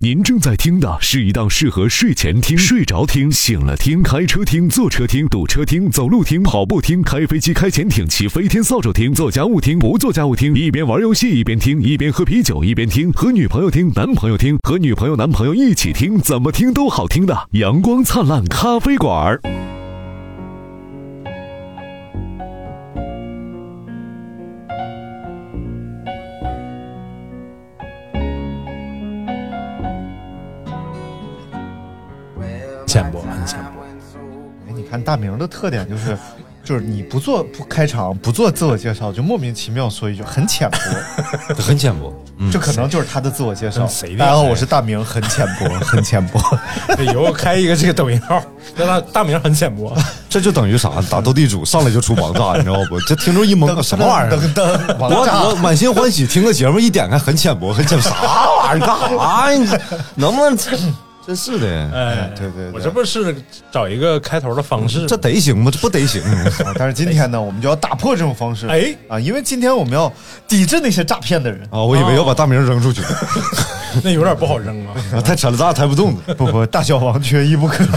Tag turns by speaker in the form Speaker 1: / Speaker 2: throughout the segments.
Speaker 1: 您正在听的是一档适合睡前听、睡着听、醒了听、开车听、坐车听、堵车听、走路听、跑步听、开飞机、开潜艇、骑飞天扫帚听、做家务听、不做家务听，一边玩游戏一边听，一边喝啤酒一边听，和女朋友听、男朋友听，和女朋友、男朋友一起听，怎么听都好听的阳光灿烂咖啡馆儿。
Speaker 2: 浅薄，很浅薄。
Speaker 3: 哎，你看大明的特点就是，就是你不做不开场，不做自我介绍，就莫名其妙说一句很浅薄，
Speaker 2: 很浅薄。嗯，
Speaker 3: 这可能就是他的自我介绍
Speaker 2: 真随。便
Speaker 3: 大家好，我是大明，很浅 薄，很浅 薄。
Speaker 2: 以后哎开一个这个抖音号， 让他大名很浅 薄。
Speaker 4: 这就等于啥？打斗地主上来就出王炸，你知道不？这听众一懵，什么玩意儿？
Speaker 3: 噔 噔，王
Speaker 4: 我
Speaker 3: 炸
Speaker 4: 我满心欢喜听个节目，一点开很浅薄，很浅啥玩意儿？干啥呀？你能不能这 真是的？
Speaker 2: 哎，
Speaker 3: 对对对
Speaker 2: 我这不是找一个开头的方式吗？
Speaker 4: 这得行吗？这不得行 吗？
Speaker 3: 啊但是今天呢，我们就要打破这种方式。
Speaker 2: 哎哦
Speaker 3: 啊，因为今天我们要抵制那些诈骗的人。
Speaker 4: 啊，我以为要把大名扔出去，
Speaker 2: 那有点不好扔 啊。
Speaker 4: 啊太沉了，咱俩抬不动 的。
Speaker 3: 不不，大小王缺一不可。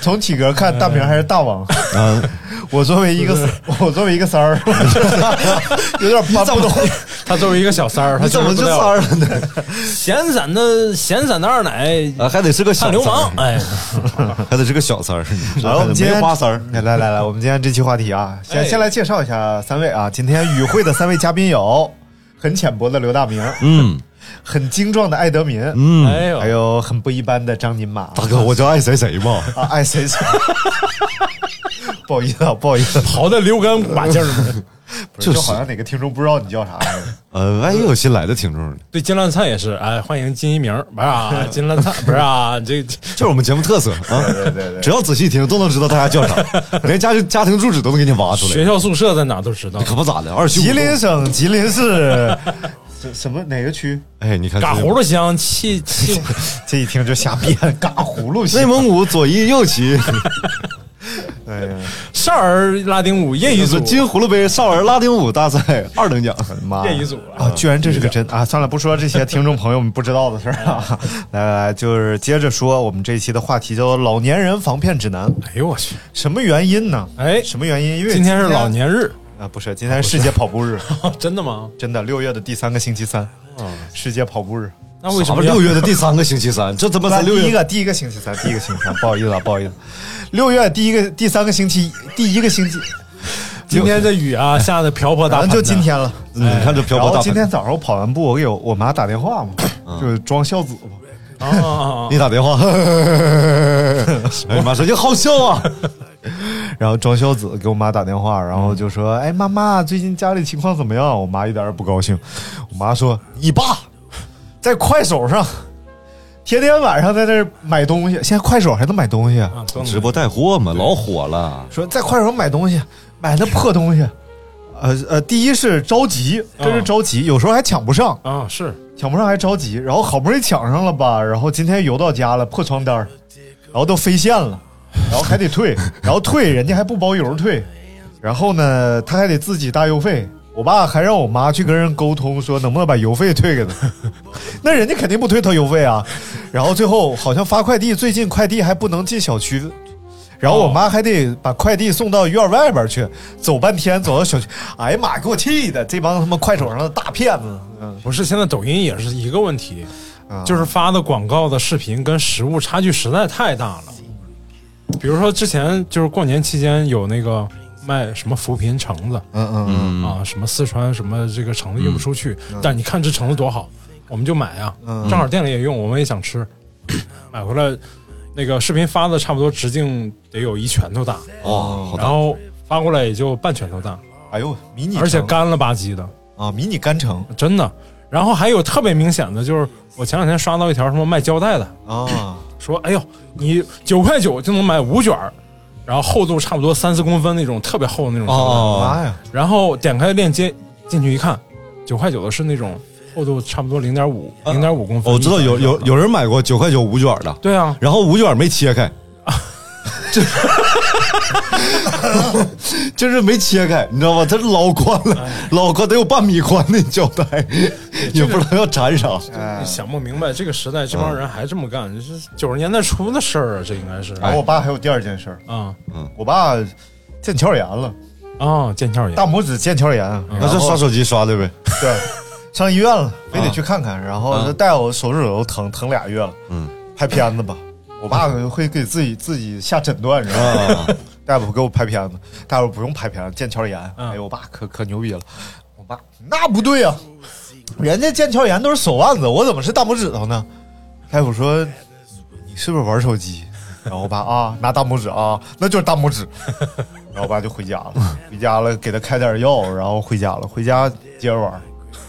Speaker 3: 从体格看，大明还是大王。
Speaker 4: 啊，
Speaker 3: 我作为一个， 我作为一个三儿， 有点搬不动。
Speaker 2: 他作为一个小三儿，他
Speaker 4: 你怎么就
Speaker 2: 就
Speaker 4: 三儿了 呢？
Speaker 2: 闲散的闲散的二奶
Speaker 4: 啊，还得是个小
Speaker 2: 像流氓？
Speaker 4: 三
Speaker 2: 哎，
Speaker 4: 儿， 还得是个小三儿。
Speaker 3: 来，我们今天
Speaker 4: 梅花三儿，
Speaker 3: 哎来来来来，我们今天这期话题啊，先
Speaker 2: 哎
Speaker 3: 先来介绍一下三位啊。今天与会的三位嘉宾有很浅薄的刘大明，
Speaker 4: 嗯
Speaker 3: 很精壮的艾德民，
Speaker 4: 嗯，
Speaker 2: 哎呦，
Speaker 3: 还有很不一般的张宁马。
Speaker 4: 大哥，我就爱谁谁吧。
Speaker 3: 啊，爱谁谁。 不好意思啊，不好意思，
Speaker 2: 刨的溜干把劲儿 呢。
Speaker 3: 不是
Speaker 4: 就是
Speaker 3: 就好像哪个听众不知道你叫 啥。
Speaker 4: 呃，万一有新来的听众呢？
Speaker 2: 对金烂菜也是，哎，欢迎金一鸣，不是 啊，金烂菜不是啊，这
Speaker 4: 这是我们节目特色啊！
Speaker 3: 对对对
Speaker 4: 只要仔细听，都能知道大家叫啥，连家家庭住址都能给你挖出来
Speaker 2: 学。校宿舍在哪都知道。
Speaker 4: 可不咋的，二十
Speaker 3: 吉
Speaker 4: 五
Speaker 3: 林省吉林市什什么哪个区？
Speaker 4: 哎，你看
Speaker 2: 嘎
Speaker 4: 这
Speaker 2: 葫芦香，气 气，
Speaker 3: 这一听就瞎编，嘎葫芦
Speaker 4: 内
Speaker 3: 形。
Speaker 4: 蒙古左一右旗，
Speaker 3: 哎呀，
Speaker 2: 少儿拉丁舞业余组，
Speaker 4: 金葫芦杯少儿拉丁舞大赛二等奖。
Speaker 3: 妈呀
Speaker 2: 业余组
Speaker 3: 啊，居然这是个真啊！算了，不说这些听众朋友们不知道的事儿 啊。来来来，就是接着说我们这一期的话题叫做“老年人防骗指南
Speaker 2: 哎呦我去，”，
Speaker 3: 什么原因呢？
Speaker 2: 哎
Speaker 3: 什么原因？因为
Speaker 2: 今天是老年日，
Speaker 3: 啊，不是，今天是世界跑步日，
Speaker 2: 真的吗？
Speaker 3: 真的，六月的第三个星期三，
Speaker 4: 哦
Speaker 3: 世界跑步日。
Speaker 2: 那为什么
Speaker 4: 咱们
Speaker 2: 要
Speaker 4: 六月的第三个星期三，这他妈才
Speaker 3: 咱
Speaker 4: 六
Speaker 3: 第一
Speaker 4: 月。
Speaker 3: 个第一个星期三，第一个星期三，不好意思啊，不好意思。六月第一个第三个星期，第一个星期，
Speaker 2: 今天这雨 啊下的瓢泼大
Speaker 3: 咱
Speaker 2: 盆
Speaker 3: 们
Speaker 2: 的，
Speaker 3: 就今天了。
Speaker 4: 嗯你看这
Speaker 3: 然
Speaker 4: 漂泊
Speaker 3: 后
Speaker 4: 大
Speaker 3: 今
Speaker 4: 盘，嗯
Speaker 3: 天早上我跑完步，我给我我妈打电话嘛，就是装孝子
Speaker 2: 啊
Speaker 3: 嘛。
Speaker 2: 啊 啊啊
Speaker 4: 你 打电话，哎妈，说你好笑啊！
Speaker 3: 然后装孝子给我妈打电话，然后就说：“
Speaker 4: 嗯
Speaker 3: 哎，妈妈，最近家里情况怎么样？”我妈一点也不高兴。我妈说：“你爸在快手上天天晚上在那儿买东西，现在快手还能买东西啊
Speaker 4: 嗯
Speaker 2: 啊，等等
Speaker 4: 直播带货嘛，老火了。
Speaker 2: 啊
Speaker 3: 说在快手买东西，买那破东西，呃呃，第一是着急，真
Speaker 4: 嗯
Speaker 3: 是着急，有时候还抢不上，
Speaker 2: 啊是
Speaker 3: 抢不上还着急，然后好不容易抢上了吧，然后今天邮到家了，破床单儿然后都飞线了，然后还得退， 然后退人家还不包邮退，然后呢他还得自己搭邮费。我爸还让我妈去跟人沟通，说能不能把邮费退给他， 那人家肯定不退他邮费啊。然后最后好像发快递，最近快递还不能进小区，然后我妈还得把快递送到院外边去，走半天走到小区，哎呀妈呀，给我气的！这帮他妈快手上的大骗子，嗯，
Speaker 2: 不是？现在抖音也是一个问题，
Speaker 4: 啊
Speaker 2: 就是发的广告的视频跟实物差距实在太大了。比如说之前就是过年期间有那个卖什么扶贫橙子，嗯嗯啊，什么四川什么这个橙子运不出去，
Speaker 4: 嗯
Speaker 2: 但你看这橙子多好，我们就买啊，正好店里也用，我们也想吃，买回来那个视频发的差不多直径得有一拳头大，
Speaker 4: 哦，好
Speaker 2: 然
Speaker 4: 大，
Speaker 2: 后发过来也就半拳头大，
Speaker 3: 哎呦，迷你橙
Speaker 2: 而且干了吧唧的，
Speaker 3: 啊，迷你干橙
Speaker 2: 真的。然后还有特别明显的就是，我前两天刷到一条什么卖胶带的，
Speaker 4: 哦
Speaker 3: 啊，
Speaker 2: 说哎呦，你九块九就能买五卷儿，然后厚度差不多三四公分那种特别厚的那种胶带。
Speaker 4: 哦，
Speaker 3: 妈呀，
Speaker 2: 然后点开链接进去一看，九块九的是那种厚度差不多零点五零点五公分。
Speaker 4: 呃我知道有有有人买过九块九五卷的，
Speaker 2: 对啊，
Speaker 4: 然后五卷没切开，就是没切开，你知道吗？它老宽了，
Speaker 2: 哎
Speaker 4: 老宽得有半米宽的胶带， 也不知道要缠啥。
Speaker 2: 嗯
Speaker 3: 哎
Speaker 2: 想不明白，这个时代这帮人还这么干，这是九十年代初的事儿啊，这应该是
Speaker 4: 哎
Speaker 3: 然后我爸还有第二件事儿，
Speaker 2: 啊
Speaker 4: 嗯
Speaker 3: 我爸腱鞘炎了，
Speaker 2: 啊，腱鞘炎
Speaker 3: 大拇指腱鞘炎，
Speaker 4: 那就刷手机刷的呗，
Speaker 3: 对，上医院了，非得去看看。然后就带我手指头疼疼俩月了，
Speaker 4: 嗯，
Speaker 3: 拍片子吧。我爸会给自己自己下诊断，你知道吗？
Speaker 4: 啊，
Speaker 3: 大夫给我拍片子，大夫不用拍片子，腱鞘炎。
Speaker 2: 嗯
Speaker 3: 哎呦，我爸可可牛逼了，我爸那不对啊呀、人家腱鞘炎都是手腕子，我怎么是大拇指头呢？大夫说你是不是玩手机？然后我爸啊，拿大拇指啊，那就是大拇指。 然后我爸就回家了，回家了给他开点药，然后回家了，回家接着玩。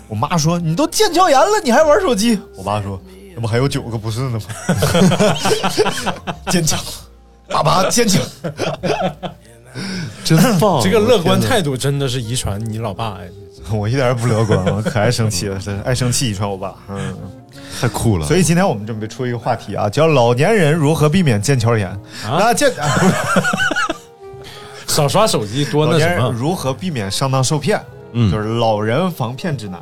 Speaker 3: 我妈说你都腱鞘炎了，你还玩手机？我爸说那不还有九个不是呢吗？ 坚强，爸爸坚强。
Speaker 4: 真 棒！
Speaker 2: 这个乐观态度真的是遗传你老爸哎，
Speaker 3: 我一点也不乐观，我可爱生气了，真是爱生气遗传我爸。嗯，
Speaker 4: 太酷了。
Speaker 3: 所以今天我们准备出一个话题啊，叫老年人如何避免腱鞘炎。那腱、啊不是
Speaker 2: 少刷手机多
Speaker 3: 老
Speaker 2: 那
Speaker 3: 年
Speaker 2: 什
Speaker 3: 人
Speaker 2: 么，
Speaker 3: 如何避免上当受骗，就是老人防骗指南。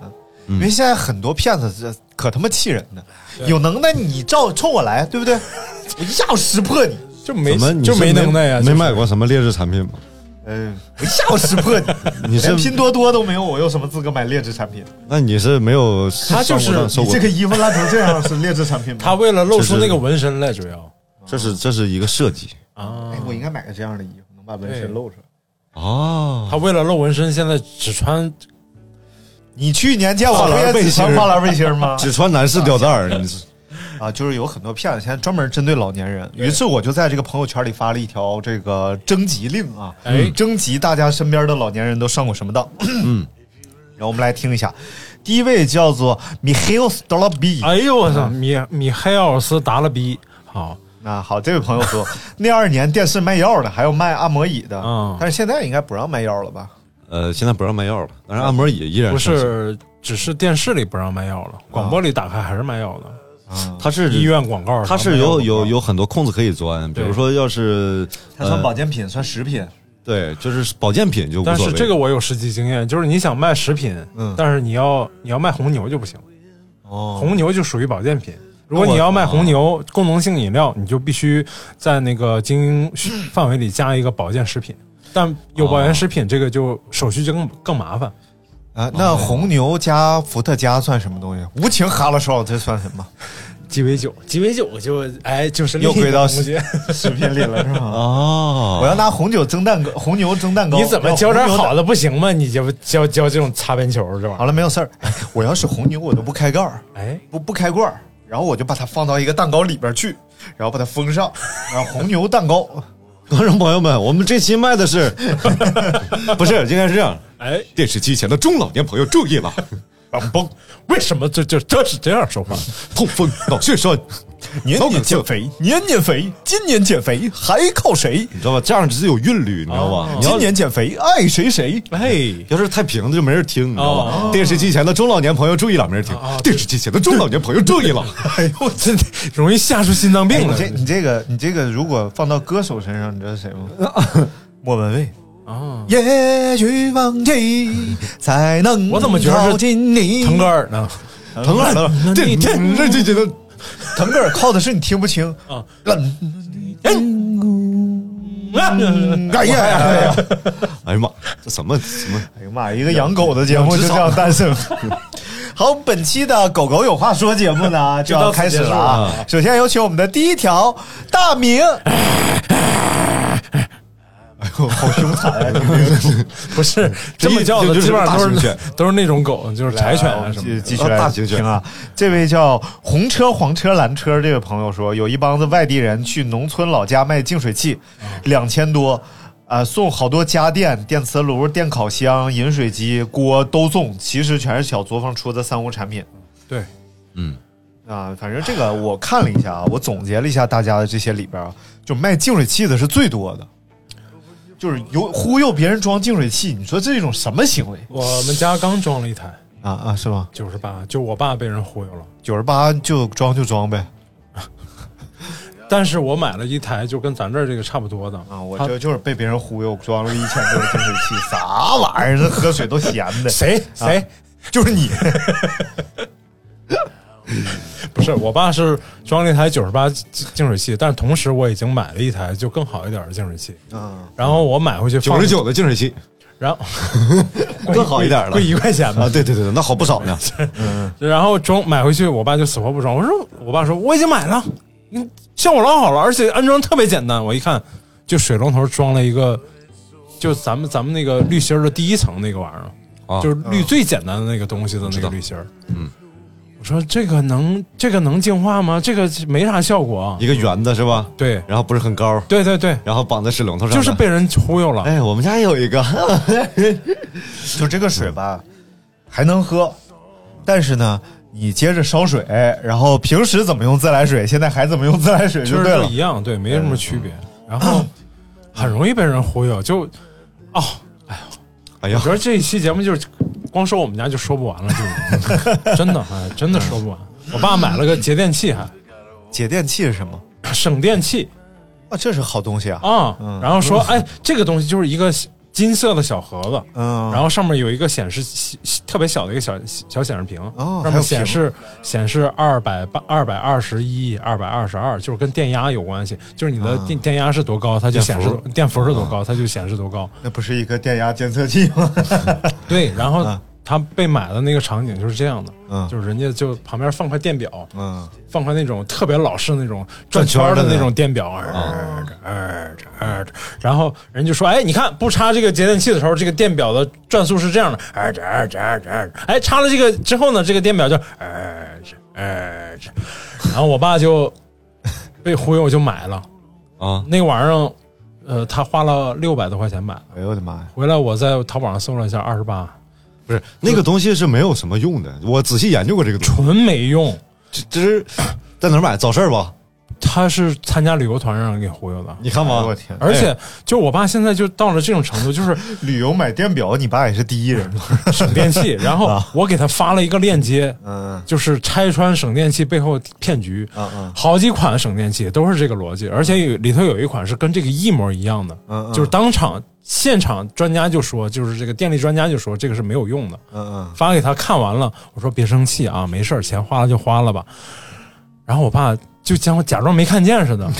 Speaker 3: 因为现在很多骗子这可他妈气人的，有能耐你照冲我来，对不对？我一下我识破你，
Speaker 2: 就没
Speaker 4: 怎么你
Speaker 2: 就是没能耐呀，
Speaker 4: 没
Speaker 2: 就是
Speaker 4: 买过什么劣质产品吗？
Speaker 3: 嗯，我一下我识破你，
Speaker 4: 你是
Speaker 3: 连拼多多都没有，我有什么资格买劣质产品？
Speaker 4: 那你是没有
Speaker 2: 他就
Speaker 4: 上过当
Speaker 2: 是
Speaker 4: 受
Speaker 3: 你
Speaker 4: 过
Speaker 3: 这个衣服烂成这样是劣质产品吗？
Speaker 2: 他为了露出
Speaker 4: 就是
Speaker 2: 那个纹身来，主要
Speaker 4: 这是哦这是一个设计
Speaker 2: 啊
Speaker 3: 哎，我应该买个这样的衣服，能把纹
Speaker 2: 对
Speaker 3: 身露出来。
Speaker 4: 啊，
Speaker 2: 他为了露纹身，现在只穿
Speaker 3: 你去年见我
Speaker 4: 花篮
Speaker 3: 不也
Speaker 4: 背
Speaker 3: 只
Speaker 4: 心儿
Speaker 3: 穿花篮背心儿吗？
Speaker 4: 只穿男士吊带儿，你是
Speaker 3: 啊，就是有很多骗子现在专门针对老年人，于是我就在这个朋友圈里发了一条这个征集令啊，
Speaker 2: 哎
Speaker 3: 征集大家身边的老年人都上过什么当。嗯， 然后我们来听一下，第一位叫做 Mihail s t o l o b i
Speaker 2: 哎呦我
Speaker 4: 嗯
Speaker 2: 操，米米黑奥斯达了逼，好，
Speaker 3: 那啊好，这位朋友说，那二年电视卖药的，还有卖按摩椅的，
Speaker 2: 嗯
Speaker 3: 但是现在应该不让卖药了吧？
Speaker 4: 呃，现在不让卖药了，但是按摩椅依然
Speaker 2: 不
Speaker 4: 上市，
Speaker 2: 是只是电视里不让卖药了，广播里打开还是卖药的，
Speaker 3: 啊
Speaker 4: 它哦是
Speaker 2: 医院广告
Speaker 4: 它是有有有很多空子可以钻，比
Speaker 2: 对
Speaker 4: 如说要是
Speaker 3: 它算
Speaker 4: 呃
Speaker 3: 保健品，算食品。
Speaker 4: 对，就是保健品就无
Speaker 2: 但
Speaker 4: 所谓
Speaker 2: 是。这个我有实际经验，就是你想卖食品，
Speaker 3: 嗯
Speaker 2: 但是你要你要卖红牛就不行，
Speaker 3: 哦，
Speaker 2: 红牛就属于保健品。如果
Speaker 4: 那我
Speaker 2: 你要卖红牛功能性饮料，你就必须在那个经营范围里加一个保健食品，但有保健食品这个就手续就更更麻烦。
Speaker 3: 啊，那红牛加伏特加算什么东西？无情哈拉少这算什么？
Speaker 2: 鸡尾酒，鸡尾酒就哎就是
Speaker 3: 又回到
Speaker 2: 另一个东西
Speaker 3: 食品里了是吗？啊。
Speaker 4: 啊，
Speaker 3: 我要拿红酒蒸蛋糕，红牛蒸蛋糕。
Speaker 2: 你怎么
Speaker 3: 要
Speaker 2: 教点
Speaker 3: 红牛
Speaker 2: 好的不行吗？你就教教这种擦边球这玩意
Speaker 3: 好
Speaker 2: 儿，
Speaker 3: 了，没有事儿。 我要是红牛，我都不开盖儿，
Speaker 2: 哎，
Speaker 3: 不不开罐儿，然后我就把它放到一个蛋糕里边去，然后把它封上，然后红牛蛋 糕。
Speaker 4: 观众朋友们，我们这期卖的是不是应该是这样？
Speaker 2: 哎，
Speaker 4: 电视机前的中老年朋友注意了，
Speaker 2: 让崩！为什么这这这是这样说话？
Speaker 4: 痛 风、
Speaker 3: 哦
Speaker 4: 脑血栓，
Speaker 3: 年
Speaker 4: 脑梗
Speaker 3: 年
Speaker 4: 塞
Speaker 3: 减肥，年年肥，今年减肥还靠谁？哦
Speaker 4: 你知道吧？这样只有韵律，你知道吧？你
Speaker 3: 今
Speaker 4: 要
Speaker 3: 年减肥爱谁谁。
Speaker 2: 哎，
Speaker 4: 要是太平的就没人听，你知道吧？
Speaker 2: 哦
Speaker 4: 电视机前的中老年朋友注意了，没人听。
Speaker 3: 哦
Speaker 2: 啊
Speaker 4: 电视机前的中老年朋友注 意了，
Speaker 2: 哎呦，我真的容易吓出心脏
Speaker 3: 哎
Speaker 2: 病
Speaker 3: 你
Speaker 2: 来。
Speaker 3: 这你这个你这个如果放到歌手身上，你知道谁 吗？莫文蔚。
Speaker 2: 啊，
Speaker 3: 也许忘记，才能
Speaker 2: 我怎么觉得是
Speaker 3: 靠近你？
Speaker 2: 腾格尔呢？
Speaker 4: 疼了疼了，这这这这这这
Speaker 3: 腾格尔靠的是你听不清
Speaker 2: 啊嗯
Speaker 3: 哎 呀哎呀！
Speaker 4: 哎呀妈，这什么什么？
Speaker 3: 哎呀妈，一个养狗的节目就这样诞生。 好，本期的狗狗有话说节目呢 就要开始了啊！首先有请我们的第一条，大 明。哎呦，好凶残啊！这个
Speaker 2: 不是这么叫
Speaker 4: 这
Speaker 2: 的，
Speaker 4: 就是
Speaker 2: 基本上
Speaker 4: 大
Speaker 2: 都
Speaker 4: 型
Speaker 2: 是
Speaker 4: 犬
Speaker 2: 都是那种狗，就是柴犬
Speaker 3: 来
Speaker 2: 啊
Speaker 3: 我
Speaker 2: 什
Speaker 3: 们
Speaker 2: 么的。
Speaker 3: 继继续来
Speaker 4: 哦大型犬
Speaker 3: 听啊！这位叫红车、黄车、蓝车这位朋友说，有一帮子外地人去农村老家卖净水器，
Speaker 2: 嗯
Speaker 3: 两千多，啊、送好多家电、电磁炉、电烤箱、饮水机、锅都送，其实全是小作坊出的三无产品。
Speaker 2: 对，
Speaker 3: 啊，反正这个我看了一下啊，我总结了一下大家的这些里边啊，就卖净水器的是最多的，就是有忽悠别人装净水器，你说这是一种什么行为
Speaker 2: 我们家刚装了一台
Speaker 3: 啊啊？是吗？
Speaker 2: 九十八，就我爸被人忽悠了。
Speaker 3: 九十八就装就装呗，
Speaker 2: 但是我买了一台就跟咱这儿这个差不多的
Speaker 3: 啊，我这就是被别人忽悠装了一千多的净水器，啥玩意儿？这喝水都咸的。
Speaker 2: 谁谁、
Speaker 3: 就是你，
Speaker 2: 不是，我爸是装了一台九十八净水器，但是同时我已经买了一台就更好一点的净水器。
Speaker 3: 嗯，
Speaker 2: 然后我买回去
Speaker 4: 九
Speaker 2: 放
Speaker 4: 十，九的净水器
Speaker 2: 然后
Speaker 4: 更好一点了
Speaker 2: 贵一块钱
Speaker 4: 啊，
Speaker 2: 吧。
Speaker 4: 对对对，那好不少呢。
Speaker 2: 然后装买回去，我爸就死活不装。我说，我爸说我已经买了，嗯，效果老好了，而且安装特别简单。我一看，就水龙头装了一个，就咱们咱们那个滤芯儿的第一层那个玩意儿，
Speaker 4: 啊
Speaker 2: 就是滤最简单的那个东西的那
Speaker 4: 知
Speaker 2: 个
Speaker 4: 道
Speaker 2: 滤芯儿。
Speaker 4: 嗯，
Speaker 2: 我说这个能这个能净化吗？这个没啥效果啊。
Speaker 4: 一个圆的是吧？
Speaker 2: 对
Speaker 4: 然后不是很高，
Speaker 2: 对对对，
Speaker 4: 然后绑在水龙头上的，
Speaker 2: 就是被人忽悠了。
Speaker 4: 哎，我们家也有一个，
Speaker 3: 就这个水吧，还能喝，但是呢，你接着烧水，然后平时怎么用自来水，现在还怎么用自来水
Speaker 2: 其
Speaker 3: 就
Speaker 2: 实
Speaker 3: 对
Speaker 2: 都
Speaker 3: 了
Speaker 2: 一。样，对，没什
Speaker 4: 哎
Speaker 2: 么区别。然后很容易被人忽悠，就哦，
Speaker 4: 哎呀
Speaker 2: 我觉，得这一期节目就是光说我们家就说不完了，就 真的哎，真的说不完。我爸买了个节电器还，
Speaker 3: 节电器是什么？
Speaker 2: 省电器
Speaker 3: 啊，这是好东西啊。
Speaker 2: 啊、
Speaker 3: 嗯
Speaker 2: 然后说，哎，这个东西就是一个金色的小盒子，
Speaker 3: 嗯，
Speaker 2: 然后上面有一个显示小特别小的一个小小显示屏，
Speaker 3: 哦
Speaker 2: 上
Speaker 3: 还
Speaker 2: 面
Speaker 3: 有
Speaker 2: 显示显示二百八、二百二十一、二百二十二，就是跟电压有关系，就是你
Speaker 3: 啊
Speaker 2: 的电、电压是多高，它就显示
Speaker 4: 电
Speaker 2: 电伏是多高，它就显示多高。
Speaker 3: 那不是一个电压监测器吗？
Speaker 2: 对，然后他被买的那个场景就是这样的，
Speaker 3: 嗯
Speaker 2: 就是人家就旁边放块电表，
Speaker 3: 嗯，
Speaker 2: 放块那种特别老式那种转
Speaker 4: 转圈
Speaker 2: 圈
Speaker 4: 儿的
Speaker 2: 的那
Speaker 4: 那
Speaker 2: 种电表，二二二，然后人就说：“哎，你看不插这个节电器的时候，这个电表的转速是这样的，二二二二。哎，插了这个之后呢，这个电表就哎二二。然后我爸就被忽悠就买了
Speaker 4: 啊，
Speaker 2: 那个玩意儿，呃，他花了六百多块钱买了，
Speaker 3: 哎呦我的妈呀！
Speaker 2: 回来我在淘宝上搜了一下，二十八，
Speaker 4: 不是那个东西是没有什么用的，我仔细研究过这个东 西，
Speaker 2: 纯没用。
Speaker 4: 这这是 在哪儿买？早市儿吧？
Speaker 2: 他是参加旅游团让人给忽悠的。”
Speaker 4: 你看
Speaker 3: 哎
Speaker 4: 吧，
Speaker 3: 呦我天
Speaker 2: 而且，就我爸现在就到了这种程度，就是
Speaker 3: 旅游买电表，你爸也是第一人。
Speaker 2: 省电 器，然后
Speaker 3: 啊
Speaker 2: 我给他发了一个链接，
Speaker 3: 嗯
Speaker 2: 就是拆穿省电器背后骗局，
Speaker 3: 嗯嗯
Speaker 2: 好几款省电器都是这个逻辑，而且有里头有一款是跟这个一模一样的，
Speaker 3: 嗯嗯
Speaker 2: 就是当场现场专家就说，就是这个电力专家就说这个是没有用的，
Speaker 3: 嗯
Speaker 2: 发给他看完了，我说别生气啊，没事儿，钱花了就花了吧。然后我爸就将我假装没看见似的，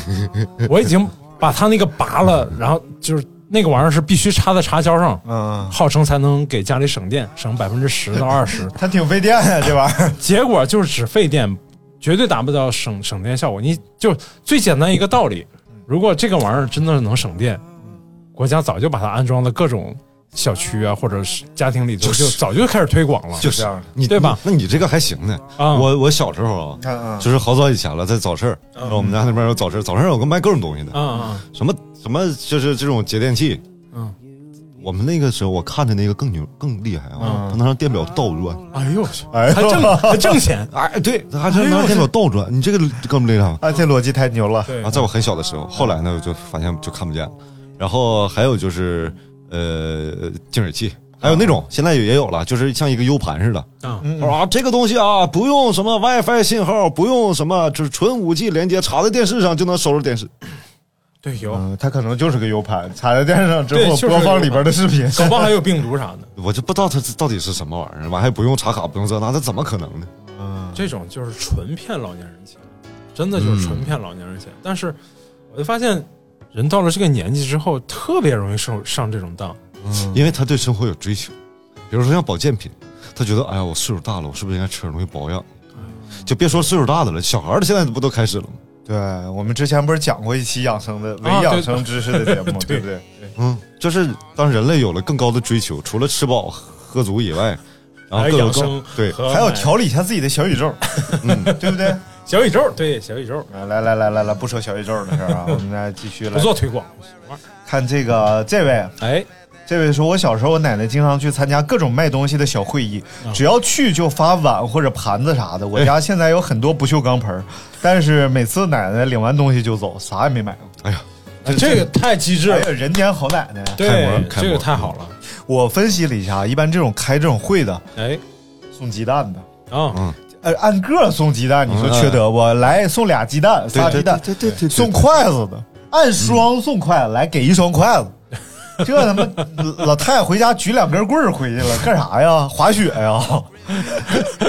Speaker 2: 我已经把他那个拔了，然后就是那个玩意儿是必须插在插销上，
Speaker 3: 嗯嗯，，
Speaker 2: 号称才能给家里省电，省百分之十到二十
Speaker 3: 它挺费电呀，这玩意儿。
Speaker 2: 结果就是只费电，绝对达不到省省电效果。你就最简单一个道理，如果这个玩意儿真的能省电，国家早就把它安装到各种小区啊，或者是家庭里头，就早就开始推广了。
Speaker 4: 就是
Speaker 3: 这样的
Speaker 4: 你
Speaker 2: 对吧
Speaker 4: 你那你这个还行呢。
Speaker 2: 啊
Speaker 4: 我我小时候
Speaker 3: 嗯
Speaker 4: 啊
Speaker 3: 嗯，
Speaker 4: 就是好早以前了，在早市儿，我们家那边有早市儿，早市儿有个卖各种东西的，
Speaker 2: 啊
Speaker 4: 什么什么就是这种节电器。
Speaker 2: 嗯，
Speaker 4: 我们那个时候我看的那个更牛更厉害啊，它能让电表倒转。，
Speaker 2: 啊！哎呦，
Speaker 3: 哎呦
Speaker 2: 还挣还挣钱
Speaker 4: 哎，对，它还能让电表倒转，你这个更厉害了。
Speaker 3: 啊，这逻辑太牛了。
Speaker 2: 对
Speaker 4: 啊，在我很小的时候，后来呢，我就发现就看不见了。然后还有就是呃，净水器，还有那种现在也有了，就是像一个 U 盘似的。
Speaker 2: 啊
Speaker 4: 他说啊，这个东西啊，不用什么 WiFi 信号，不用什么，就是纯 5G 连接，插在电视上就能收着电视。
Speaker 2: 对有，
Speaker 3: 嗯，它可能就是个 U 盘，插在电视上之
Speaker 2: 对
Speaker 3: 后
Speaker 2: 就是
Speaker 3: 播放里边的视频。
Speaker 2: 搞不好还有病毒啥的。
Speaker 4: 我就不知道它到底是什么玩意儿，完还不用插卡，不用这那，它怎么可能呢？
Speaker 2: 这种就是纯骗老年人钱，真的就是纯骗老年人钱。但是我就发现，人到了这个年纪之后，特别容易上上这种当。嗯
Speaker 4: 因为他对生活有追求，比如说像保健品，他觉得哎呀，我岁数大了，我是不是应该吃点东西保养？就别说岁数大的了，小孩儿现在不都开始了吗？
Speaker 3: 对我们之前不是讲过一期养生的伪
Speaker 2: 啊对
Speaker 3: 养生知识的节目，
Speaker 2: 对
Speaker 3: 对不对？
Speaker 4: 嗯，就是当人类有了更高的追求，除了吃饱喝足以外，然后
Speaker 2: 还有
Speaker 4: 各有
Speaker 2: 养
Speaker 4: 更
Speaker 2: 生，
Speaker 4: 对，
Speaker 2: 和
Speaker 3: 还要
Speaker 2: 买
Speaker 3: 调理一下自己的小 宇宙，嗯，对不对？
Speaker 2: 小宇宙，对小宇宙
Speaker 3: 啊来来来来来，不说小宇宙的事儿啊，我们来继续
Speaker 2: 不
Speaker 3: 来
Speaker 2: 做推广。
Speaker 3: 看这个这位，
Speaker 2: 哎，
Speaker 3: 这位说，我小时候我奶奶经常去参加各种卖东西的小会议，
Speaker 2: 啊
Speaker 3: 只要去就发碗或者盘子啥的。我家现在有很多不锈钢盆儿，但是每次奶奶领完东西就走，啥也没买过。
Speaker 4: 哎呀，
Speaker 2: 这个太机智
Speaker 3: 哎
Speaker 2: 了，
Speaker 3: 呀，人间好奶奶！
Speaker 4: 开
Speaker 2: 对
Speaker 4: 模开模
Speaker 2: 这个太好了。
Speaker 3: 我分析了一下，一般这种开这种会的
Speaker 2: 哎
Speaker 3: 送鸡蛋的，
Speaker 2: 啊，
Speaker 4: 嗯
Speaker 3: 呃按个送鸡蛋，你说缺德不？来送俩鸡蛋，仨鸡蛋，
Speaker 4: 对对对对对对
Speaker 3: 送筷子的，按双送筷子，来给一双筷子。
Speaker 4: 嗯
Speaker 3: 这他妈老太太回家举两根棍儿回去了，干啥呀？滑雪呀？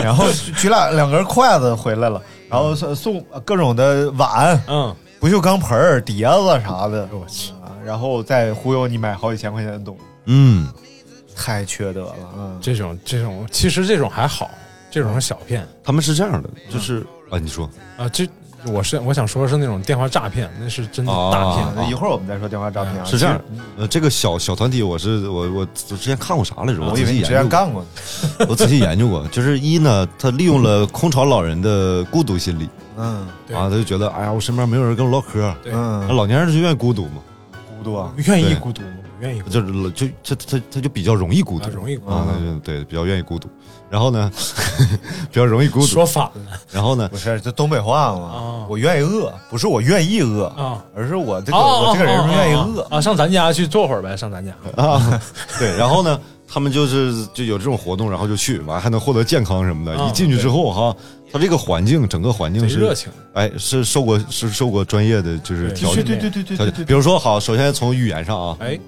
Speaker 3: 然后举俩两根筷子回来了，然后送送各种的碗、
Speaker 2: 嗯，
Speaker 3: 不锈钢盆儿、碟子啥的，
Speaker 2: 哎我去，
Speaker 3: 啊然后再忽悠你买好几千块钱的东西，
Speaker 4: 嗯，
Speaker 3: 太缺德了。嗯，
Speaker 2: 这种这种其实这种还好，这种是小骗
Speaker 4: 他们是这样的，就是啊，你说
Speaker 2: 啊，这我是我想说的是那种电话诈骗，那是真的
Speaker 4: 哦
Speaker 2: 大骗。
Speaker 4: 啊
Speaker 3: 一会儿我们再说电话诈骗啊。
Speaker 4: 是这样，呃，这个小小团体，我是我我之前看过啥来
Speaker 2: 啊
Speaker 4: 着？
Speaker 3: 我以
Speaker 4: 仔
Speaker 3: 为
Speaker 4: 细
Speaker 3: 你
Speaker 4: 研
Speaker 3: 之
Speaker 4: 究
Speaker 3: 前
Speaker 4: 过。
Speaker 3: 干过呢。
Speaker 4: 我仔细研究过，就是一呢，他利用了空巢老人的孤独心理
Speaker 3: 嗯
Speaker 2: 嗯对
Speaker 4: 啊，他就觉得哎呀，我身边没有人跟我唠嗑，
Speaker 2: 对
Speaker 4: 那
Speaker 3: 嗯，
Speaker 4: 老年人就愿意孤独嘛，
Speaker 3: 孤独啊，
Speaker 2: 愿意
Speaker 4: 对
Speaker 2: 孤独吗？不愿意孤独，
Speaker 4: 就是就就他他他就比较容易孤
Speaker 2: 啊
Speaker 4: 独，
Speaker 2: 容易孤
Speaker 4: 啊，他就对比较愿意孤独，然后呢， 比较容易孤
Speaker 2: 独。
Speaker 4: 独，
Speaker 2: 说反了
Speaker 4: 然后呢
Speaker 3: 不，是这东北话嘛
Speaker 2: 啊？
Speaker 3: 我愿意饿，不是我愿意饿，
Speaker 2: 啊！
Speaker 3: 而是 我这个
Speaker 2: 哦
Speaker 3: 我这个人
Speaker 2: 哦哦
Speaker 3: 愿意
Speaker 2: 哦
Speaker 3: 饿。
Speaker 2: 啊，上咱家去坐会儿呗，上咱家。
Speaker 4: 啊， 对，然后呢，他们就是就有这种活动，然后就去，完还能获得健康什么的。
Speaker 2: 啊
Speaker 4: 一进去之后哈，他这个环境整个环境
Speaker 2: 贼
Speaker 4: 是
Speaker 2: 热情，
Speaker 4: 哎，是受过是受过专业的就是
Speaker 2: 对
Speaker 4: 调
Speaker 2: 必须
Speaker 4: 整
Speaker 2: 对对
Speaker 3: 对对
Speaker 4: 调整。比如说好，首先从语言上啊，
Speaker 2: 哎，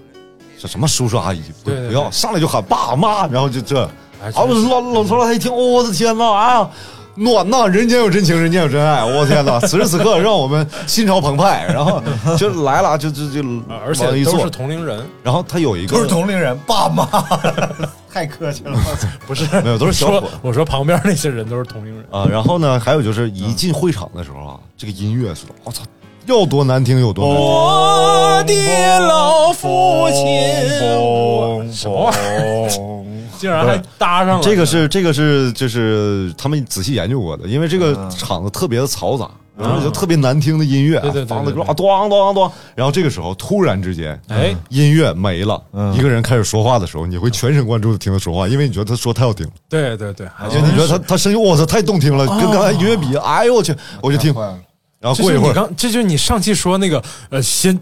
Speaker 4: 这什么叔叔阿姨不
Speaker 2: 对对
Speaker 4: 不要上来就喊爸妈，然后就这，
Speaker 2: 哎
Speaker 4: 啊，我
Speaker 2: 真是
Speaker 4: 老老头老太太一听，哦我的天呐啊！暖呐，人间有真情，人间有真爱。我天呐，此时此刻，让我们心潮澎湃。然后就来了，就就就
Speaker 2: 啊而且
Speaker 4: 往那一
Speaker 2: 都
Speaker 4: 坐
Speaker 2: 是。同龄人，
Speaker 4: 然后他有一个
Speaker 3: 都是同龄人， 爸妈太客气了。我操
Speaker 2: 不是
Speaker 4: 没有都是小伙
Speaker 2: 说我说旁边那些人都是同龄人，
Speaker 4: 啊，然后呢，还有就是一进会场的时候啊，这个音乐是，我操，要多难听有多难听。
Speaker 2: 哦我的老父亲
Speaker 3: 嘣嘣
Speaker 2: 什么玩
Speaker 3: 嘣
Speaker 2: 竟然还搭上了
Speaker 4: 这个是这个是就是他们仔细研究过的，因为这个
Speaker 2: 嗯
Speaker 4: 场子特别的嘈杂，然后就特别难听的音乐，
Speaker 2: 对对对对
Speaker 4: 房子
Speaker 2: 对
Speaker 4: 啊咣咣咣，然后这个时候突然之间，
Speaker 2: 哎
Speaker 4: 音乐没了，
Speaker 3: 嗯
Speaker 4: 一个人开始说话的时候，你会全神贯注的听他说话，因为你觉得他说太好听了，
Speaker 2: 对对对，还
Speaker 4: 因为你觉得他他声音哇塞太动听了，跟刚才音乐比，哎呦我去，我就听，然后
Speaker 2: 啊这就
Speaker 4: 过一
Speaker 2: 是
Speaker 4: 会
Speaker 2: 你
Speaker 4: 儿，
Speaker 2: 刚，这就是你上期说那个呃，先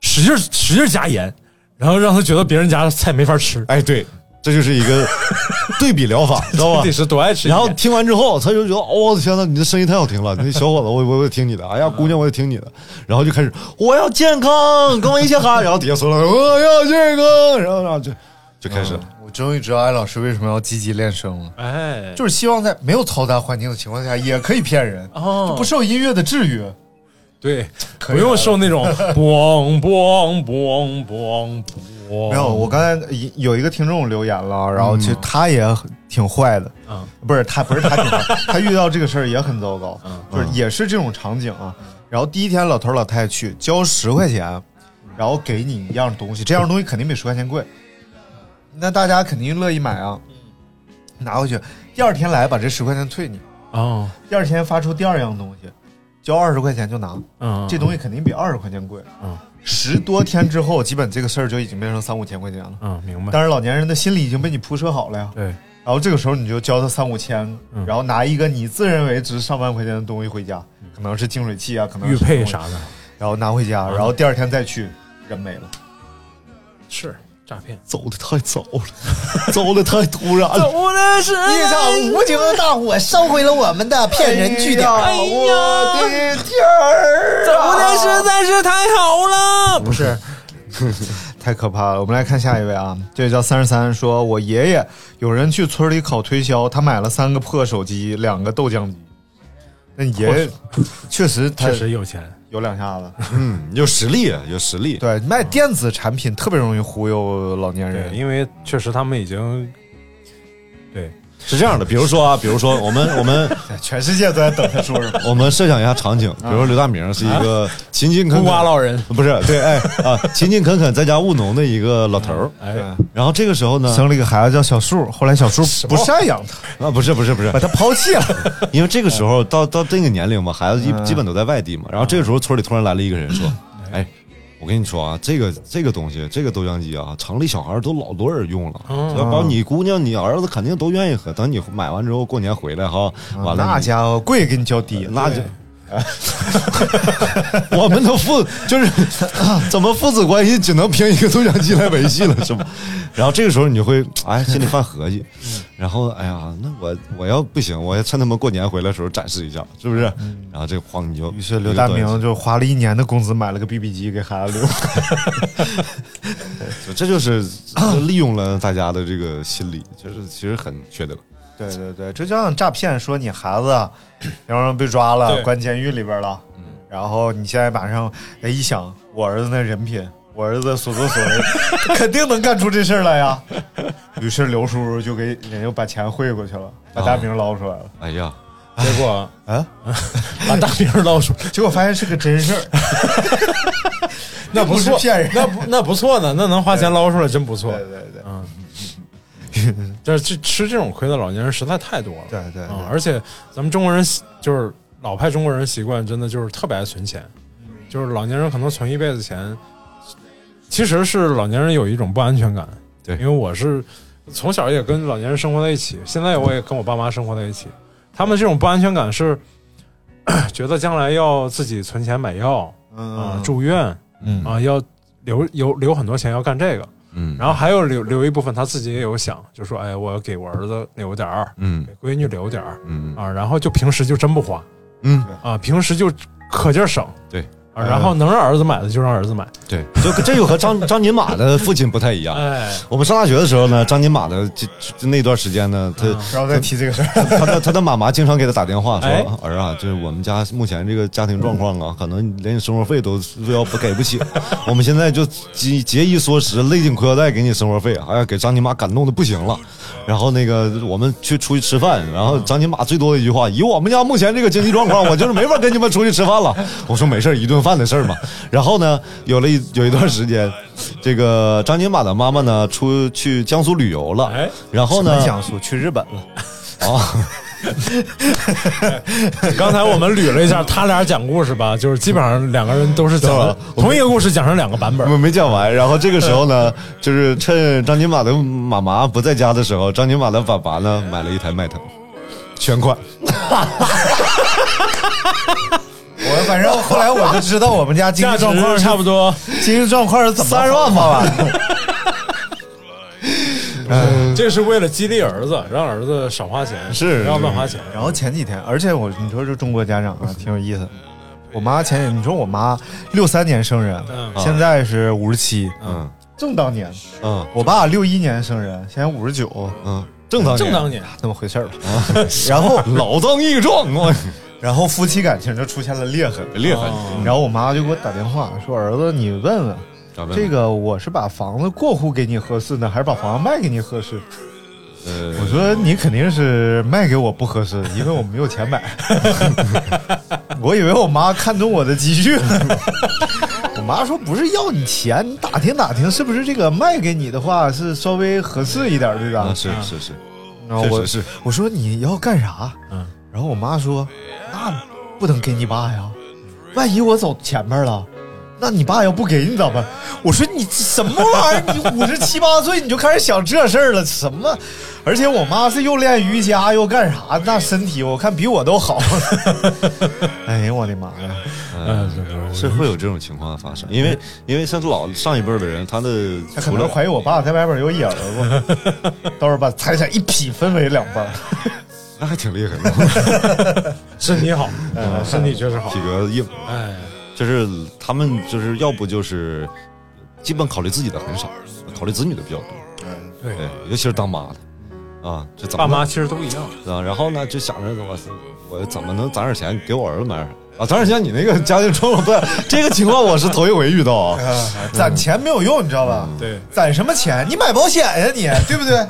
Speaker 2: 使劲使劲加盐，然后让他觉得别人家的菜没法吃，
Speaker 4: 哎对，这就是一 个对比疗法，知道吧
Speaker 2: 到底？是多爱吃盐？
Speaker 4: 啊然后听完之后，他就觉得，哦我、的天呐，你的声音太好 听了，那小伙子，我我我也听你的，哎呀，姑娘，我也听你的，然后就开始，我要健康，跟我一起喊，然后底下所有人，我要健康，然后然后就就开始了，
Speaker 3: 我终于知道艾老师为什么要积极练声了，
Speaker 2: 哎，
Speaker 3: 就是希望在没有嘈杂环境的情况下也可以骗人，
Speaker 2: 哦
Speaker 3: 就不受音乐的制约。
Speaker 2: 对，
Speaker 3: 可以
Speaker 2: 不用
Speaker 3: 了
Speaker 2: 受那种嘣嘣嘣嘣嘣，
Speaker 3: 没有，我刚才一有一个听众留言了，然后其实他也很挺坏的，
Speaker 2: 嗯
Speaker 3: 不是他不是他挺坏，他遇到这个事儿也很糟糕，
Speaker 2: 嗯
Speaker 3: 就是也是这种场景啊。然后第一天老头儿老太太去交十块钱，然后给你一样东西，这样东西肯定比十块钱贵，那大家肯定乐意买啊，
Speaker 2: 嗯
Speaker 3: 拿回去，第二天来把这十块钱退你，
Speaker 2: 啊，
Speaker 3: 第二天发出第二样东西，交二十块钱就拿，
Speaker 2: 嗯，
Speaker 3: 这东西肯定比二十块钱贵
Speaker 2: 嗯。
Speaker 3: 十多天之后，基本这个事儿就已经变成三五千块钱了。
Speaker 2: 嗯，明白，
Speaker 3: 但是老年人的心理已经被你铺设好了呀。
Speaker 2: 对，
Speaker 3: 然后这个时候你就交他三五千，
Speaker 2: 嗯
Speaker 3: 然后拿一个你自认为值上万块钱的东西回家，
Speaker 4: 嗯
Speaker 3: 可能是净水器啊，可能
Speaker 2: 玉
Speaker 3: 是
Speaker 2: 佩
Speaker 3: 什么
Speaker 2: 啥的，
Speaker 3: 然后拿回
Speaker 4: 啊
Speaker 3: 家，然后第二天再去，人没了。
Speaker 2: 是诈骗，
Speaker 4: 走的太早了， 走的太突然了，
Speaker 2: 的是
Speaker 3: 一场啊无情的大火烧毁了我们的骗人据点。
Speaker 2: 哎呀
Speaker 3: 我的天儿、啊！
Speaker 2: 在是太好了，不是，
Speaker 3: 太可怕了。我们来看下一位啊，这位叫三十三，说我爷爷有人去村里搞推销，他买了三个破手机，两个豆浆机。那你爷爷确实他
Speaker 2: 确实有钱，
Speaker 3: 有两下子，
Speaker 4: 嗯，有实力，
Speaker 3: 啊
Speaker 4: 有实力，
Speaker 3: 对，卖电子产品特别容易忽悠老年
Speaker 2: 对，
Speaker 3: 人。
Speaker 2: 因为确实他们已经对
Speaker 4: 是这样的，比如说啊，比如说我们我们
Speaker 3: 全世界都在等他说什么。
Speaker 4: 我们设想一下场
Speaker 3: 啊
Speaker 4: 景，比如说刘大明是一个勤勤恳
Speaker 2: 孤寡
Speaker 4: 恳，
Speaker 2: 老人，
Speaker 4: 不是对，哎啊，勤勤恳恳在家务农的一个老头儿，
Speaker 2: 哎，
Speaker 4: 然后这个时候 呢，
Speaker 3: 生了一个孩子叫小树，后来小树不赡养 他，
Speaker 4: 啊不是不是不是
Speaker 3: 把，他抛弃 了。
Speaker 4: 因为这个时候到
Speaker 3: 嗯
Speaker 4: 到这个年龄嘛，孩子基基本都在外地嘛。然后这个时候村里突然来了一个人说：“
Speaker 3: 嗯
Speaker 4: 哎，我跟你说啊，这个这个东西，这个豆浆机啊，城里小孩都老多人用了，
Speaker 3: 嗯
Speaker 4: 要把你姑娘、你儿子肯定都愿意喝。等你买完之后，过年回来哈，完了
Speaker 3: 嗯那
Speaker 4: 你
Speaker 3: 家伙贵给你交低，
Speaker 4: 那就我们的父就是 怎么父子关系只能凭一个豆浆机来维系了，是吧？然后这个时候你就会哎心里犯合计，
Speaker 3: 嗯
Speaker 4: 然后哎呀，那我我要不行，我要趁他们过年回来的时候展示一下，是不是？然后这个慌你就
Speaker 3: 嗯于是刘大明就花了一年的工资买了个 BB 机给孩子留。
Speaker 4: 就这就是就利用了大家的这个心理，就是其实很缺德。
Speaker 3: 对对对，这就像诈骗，说你孩子啊，然后被抓了，
Speaker 2: 对
Speaker 3: 关监狱里边了，然后你现在马上哎一想，我儿子那人品，我儿子所作所为， 肯定能干出这事儿来 呀。于是刘叔叔就给人家把钱汇过去了，把大明捞出来了，
Speaker 4: 哎呀，
Speaker 2: 结果
Speaker 3: 啊，
Speaker 2: 把大名儿捞出，
Speaker 3: 结果发现是个真事儿，
Speaker 2: 那不
Speaker 3: 是
Speaker 2: 错，
Speaker 3: 骗人。
Speaker 2: 那不那不错呢，那能花钱捞出来真不错
Speaker 3: 对。对对
Speaker 2: 但是这吃这种亏的老年人实在太多了。
Speaker 3: 对对
Speaker 2: 啊、
Speaker 3: 对，
Speaker 2: 而且咱们中国人习就是老派中国人习惯，真的就是特别爱存钱，
Speaker 3: 嗯
Speaker 2: 就是老年人可能存一辈子钱，其实是老年人有一种不安全感。
Speaker 4: 对
Speaker 2: 因为我是从小也跟老年人生活在一起，现在我也跟我爸妈生活在一起，他们这种不安全感是 觉得将来要自己存钱买药啊、
Speaker 3: 嗯，
Speaker 2: 住院啊、
Speaker 4: 嗯
Speaker 2: 要留留留很多钱要干这个，
Speaker 4: 嗯，
Speaker 2: 然后还有留留一部分他自己也有想，就说哎，我要给我儿子留点儿，
Speaker 4: 嗯
Speaker 2: 给闺女留点儿。
Speaker 4: 嗯
Speaker 2: 啊，然后就平时就真不花
Speaker 4: 嗯，
Speaker 2: 啊，平时就可劲儿省，
Speaker 4: 对
Speaker 2: 啊，然后能让儿子买的就让儿子买，
Speaker 4: 对，就这就和张张金马的父亲不太一样。
Speaker 2: 哎，
Speaker 4: 我们上大学的时候呢，张金马的这这那段时间呢，他、
Speaker 3: 然后再提这个事儿，
Speaker 4: 他的他的妈妈经常给他打电话说：“
Speaker 2: 哎
Speaker 4: 儿啊，就是我们家目前这个家庭状况啊，可能连你生活费都要不给不起， 我们现在就节节衣缩食，勒紧裤腰带给你生活费。”哎呀，给张金妈感动的不行了。然后那个我们去出去吃饭，然后张金马最多的一句话：“以我们家目前这个经济状况，我就是没法跟你们出去吃饭了。”我说：“没事儿一顿饭的事儿嘛。”然后呢，有了一有一段时间，这个张金马的妈妈呢出去江苏旅游了
Speaker 2: 哎，
Speaker 4: 然后呢
Speaker 3: 没，讲述去日本了，
Speaker 4: 啊。
Speaker 2: 哎刚才我们捋了一下，他俩讲故事吧，就是基本上两个人都是讲
Speaker 4: 对
Speaker 2: 的
Speaker 4: 吧我嗯
Speaker 2: 同一个故事，讲成两个版本
Speaker 4: 我，没讲完，然后这个时候呢， 就是趁张金马的妈妈不在家的时候，张金马的爸爸呢买了一台迈腾，全款。
Speaker 3: 我反正后来我就知道我们家经
Speaker 2: 价
Speaker 3: 济
Speaker 2: 值
Speaker 3: 状况是
Speaker 2: 差不多，
Speaker 3: 经济状况是怎么
Speaker 4: 三十万
Speaker 3: 吧？
Speaker 2: 这是为了激励儿子，让儿子少花钱，
Speaker 4: 嗯是
Speaker 2: 不要乱花钱，
Speaker 3: 然后前几天，而且我你说这中国家长啊，挺有意思。我妈前你说我妈六三年生人，
Speaker 2: 嗯
Speaker 3: 现在是五十七，
Speaker 4: 嗯
Speaker 3: 正当年。
Speaker 4: 嗯
Speaker 3: 我爸六一年生人，现在五十九，
Speaker 4: 嗯，正当啊
Speaker 2: 正当年，
Speaker 3: 那么回事儿吧。 然后，
Speaker 4: 老当益壮啊，
Speaker 3: 然后夫妻感情就出现了裂痕。
Speaker 4: 厉害！
Speaker 3: 然后我妈就给我打电话说：“儿子，你问问
Speaker 4: 咱们
Speaker 3: 这个，我是把房子过户给你合适呢，还是把房子卖给你合适？”
Speaker 4: 呃
Speaker 3: 我说你肯定是卖给我不合适，因为我没有钱买。 我以为我妈看中我的积蓄 了。我妈说不是要你钱，你打听打听是不是这个卖给你的话是稍微合适一点儿，对吧
Speaker 4: 啊，？是是是，
Speaker 3: 然后我
Speaker 4: 确实是
Speaker 3: 我说你要干啥？
Speaker 2: 嗯，
Speaker 3: 然后我妈说那不能给你爸呀，万一我走前面了。那你爸要不给你咋办？我说你什么玩意儿？你五十七八岁你就开始想这事儿了？什么？而且我妈是又练瑜伽又干啥？那身体我看比我都好。 哎呀，我的妈呀！
Speaker 2: 嗯，
Speaker 4: 是会有这种情况发生，因为因为像老上一辈儿的人，嗯他的
Speaker 3: 他可
Speaker 4: 除
Speaker 3: 能
Speaker 4: 了
Speaker 3: 怀疑我爸在外边有野儿子， 到时候把财产一劈分为两半儿。
Speaker 4: 那还挺厉害 的，
Speaker 2: 身体好，
Speaker 4: 嗯
Speaker 2: 身体确实好
Speaker 4: 体，格硬，
Speaker 2: 哎，
Speaker 4: 就是他们就是要不就是基本考虑自己的很少，考虑子女的比较多。
Speaker 2: 对，
Speaker 4: 哎对，尤其是当妈的，啊，这怎
Speaker 2: 爸
Speaker 4: 么弄
Speaker 2: 妈其实都一样，
Speaker 4: 啊？然后呢，就想着我我怎么能攒点钱给我儿子买点啊？攒点钱，你那个家庭状况不是啊这个情况，我是头一回遇到啊。
Speaker 3: 攒钱没有用，你知道吧？
Speaker 2: 嗯对，
Speaker 3: 攒什么钱？你买保险呀、你对不对？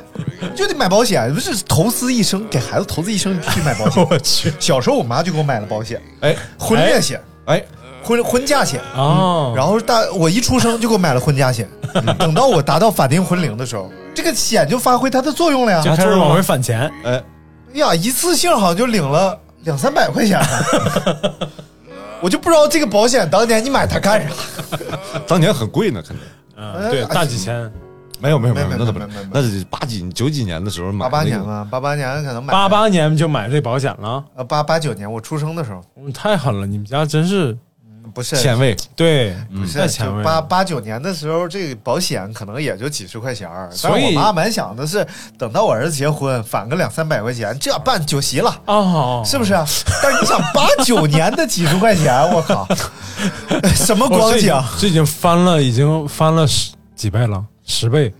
Speaker 3: 就得买保险，不是投资一生，给孩子投资一生，你必须买保 险。
Speaker 2: 我去，
Speaker 3: 小时候我妈就给我买了保险，
Speaker 4: 哎
Speaker 3: 婚恋险、
Speaker 4: 哎，
Speaker 3: 婚婚嫁险。
Speaker 4: 嗯
Speaker 2: 哦，
Speaker 3: 然后大我一出生就给我买了婚嫁 险，等到我达到法定婚龄的时候，这个险就发挥它的作用了
Speaker 2: 就
Speaker 3: 呀。
Speaker 2: 开始啊往回返钱，
Speaker 4: 哎，
Speaker 3: 哎呀，一次性好像就领了两三百块钱， 我就不知道这个保险当年你买它干啥。哎
Speaker 4: 当年很贵呢，肯定。
Speaker 2: 嗯，对，大几千，
Speaker 4: 没有没有没有，
Speaker 3: 没
Speaker 4: 那怎么
Speaker 3: 没没没
Speaker 4: 那是八几九几年的时候买
Speaker 3: 八八
Speaker 4: 那个
Speaker 3: 年吧，八八年可能买
Speaker 2: 八八年就买这保险了，
Speaker 3: 呃八八九年我出生的时候，
Speaker 2: 嗯太狠了！你们家真是嗯
Speaker 3: 不是
Speaker 4: 前卫，
Speaker 2: 对
Speaker 3: 不是
Speaker 2: 太前
Speaker 3: 就
Speaker 2: 卫
Speaker 3: 八
Speaker 2: 了。
Speaker 3: 八九年的时候，这个保险可能也就几十块钱儿。
Speaker 2: 所
Speaker 3: 但
Speaker 2: 以
Speaker 3: 是我妈蛮想的是，等到我儿子结婚，返个两三百块钱，这办酒席了。
Speaker 2: 哦，
Speaker 3: 是不是啊？但是你想， 八九年的几十块钱，我靠，什么光景？
Speaker 2: 哦这已经这已经翻了，已经翻了十几倍了，十倍，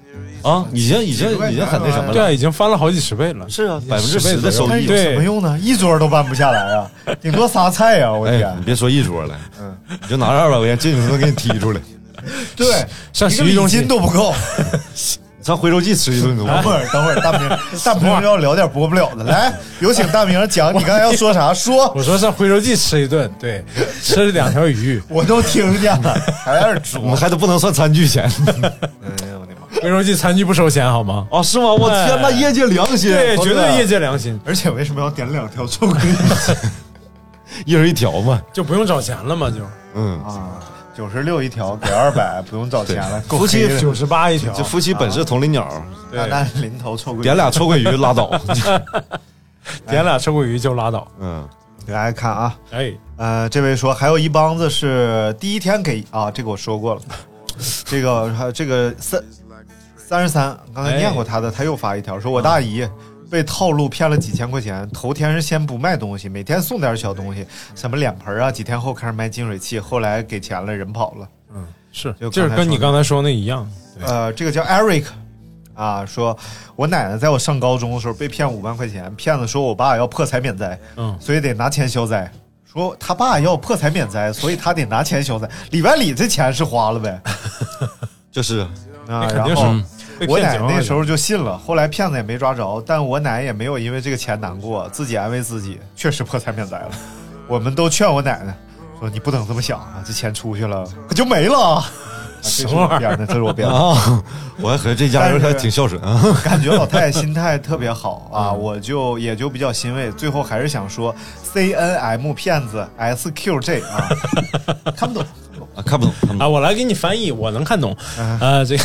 Speaker 4: 啊，已经已经
Speaker 3: 几十块
Speaker 4: 已
Speaker 3: 钱
Speaker 4: 经很那什么
Speaker 2: 对
Speaker 4: 了，
Speaker 2: 啊，已经翻了好几十倍了。
Speaker 4: 是啊，百分之十的收
Speaker 3: 但是
Speaker 4: 益。
Speaker 3: 有什么用呢？一桌都办不下来啊，顶多仨菜呀、我
Speaker 4: 哎，
Speaker 3: 天
Speaker 4: 你，别说一桌了，
Speaker 3: 嗯
Speaker 4: 你就拿着二百块钱，进去都给你踢出来。
Speaker 3: 对，
Speaker 2: 上
Speaker 3: 一
Speaker 2: 洗
Speaker 3: 个
Speaker 2: 浴
Speaker 3: 礼
Speaker 2: 中
Speaker 3: 金
Speaker 2: 心
Speaker 3: 都不够。
Speaker 4: 上回收季吃一顿
Speaker 2: 哎
Speaker 3: 等
Speaker 4: 都
Speaker 3: 会儿，等会儿，大 明，大明要聊点播不了的，来，有请大明讲你刚才要说啥，说。。
Speaker 2: 我说上回收记吃一顿，对，吃了两条鱼
Speaker 3: 我都听见了，还是
Speaker 4: 我们还都不能算餐具钱
Speaker 3: 哎呦我的妈！
Speaker 2: 回收记餐具不收钱好吗？
Speaker 4: 哦，是吗？我
Speaker 2: 哎
Speaker 4: 天，那业界良心，
Speaker 2: 对，
Speaker 4: 真
Speaker 2: 绝
Speaker 4: 的
Speaker 2: 对业界良心，
Speaker 3: 而且为什么要点两条臭鳜鱼
Speaker 4: 一人一条嘛。
Speaker 2: 就不用找钱了嘛，就
Speaker 4: 嗯，
Speaker 3: 啊？ 九十六一条，给二百，不用找钱了，够
Speaker 2: 夫
Speaker 3: 黑
Speaker 2: 妻
Speaker 3: 的。
Speaker 2: 九十八一条
Speaker 4: 这，夫妻本是同林鸟，
Speaker 3: 那那临头臭鳜鱼
Speaker 4: 点俩臭鳜鱼拉倒。
Speaker 2: 点俩臭鳜鱼就拉倒。
Speaker 4: 嗯，
Speaker 3: 给大家看啊，
Speaker 2: 哎，
Speaker 3: 呃，这位说还有一帮子是第一天给啊，这个我说过了， 这个还有这个三三十三，刚才念过他的，他又发一条说，我大姨。被套路骗了几千块钱，头天是先不卖东西，每天送点小东西，什么脸盆啊，几天后开始卖净水器，后来给钱了，人跑了。
Speaker 2: 是，
Speaker 3: 就
Speaker 2: 就是
Speaker 3: 刚
Speaker 2: 跟
Speaker 3: 才说
Speaker 2: 你
Speaker 3: 的
Speaker 2: 刚才说那一样，
Speaker 3: 呃，这个叫 Eric 啊，说我奶奶在我上高中的时候被骗五万块钱，骗子说我爸要破财免灾，
Speaker 2: 嗯
Speaker 3: 所以得拿钱消灾。说他爸要破财免灾，所以他得拿钱消灾。里外里这钱是 花了呗，
Speaker 4: 就是
Speaker 3: 啊
Speaker 2: 那，肯
Speaker 3: 然
Speaker 2: 定
Speaker 3: 后
Speaker 2: 是被
Speaker 3: 我
Speaker 2: 骗
Speaker 3: 奶
Speaker 2: 几万
Speaker 3: 奶
Speaker 2: 块
Speaker 3: 那
Speaker 2: 钱
Speaker 3: 时候就信了，后来骗子也没抓着，但我奶也没有因为这个钱难过，自己安慰自己，确实破财免灾了。我们都劝我奶奶说：“你不能这么想啊，这钱出去了可就没了。啊”这是
Speaker 2: 什么
Speaker 3: 我
Speaker 2: 玩意
Speaker 3: 编的， 这是我编的。
Speaker 4: 啊，我还和这家人还挺孝顺啊。
Speaker 3: 感觉老太太心态特 别好啊，
Speaker 2: 嗯
Speaker 3: 我就也就比较欣慰。最后还是想说，C N M 骗子 S Q J 啊，看不懂
Speaker 4: 啊看不懂，看不懂。
Speaker 2: 啊，我来给你翻译，我能看懂。
Speaker 3: 啊
Speaker 2: 呃，这个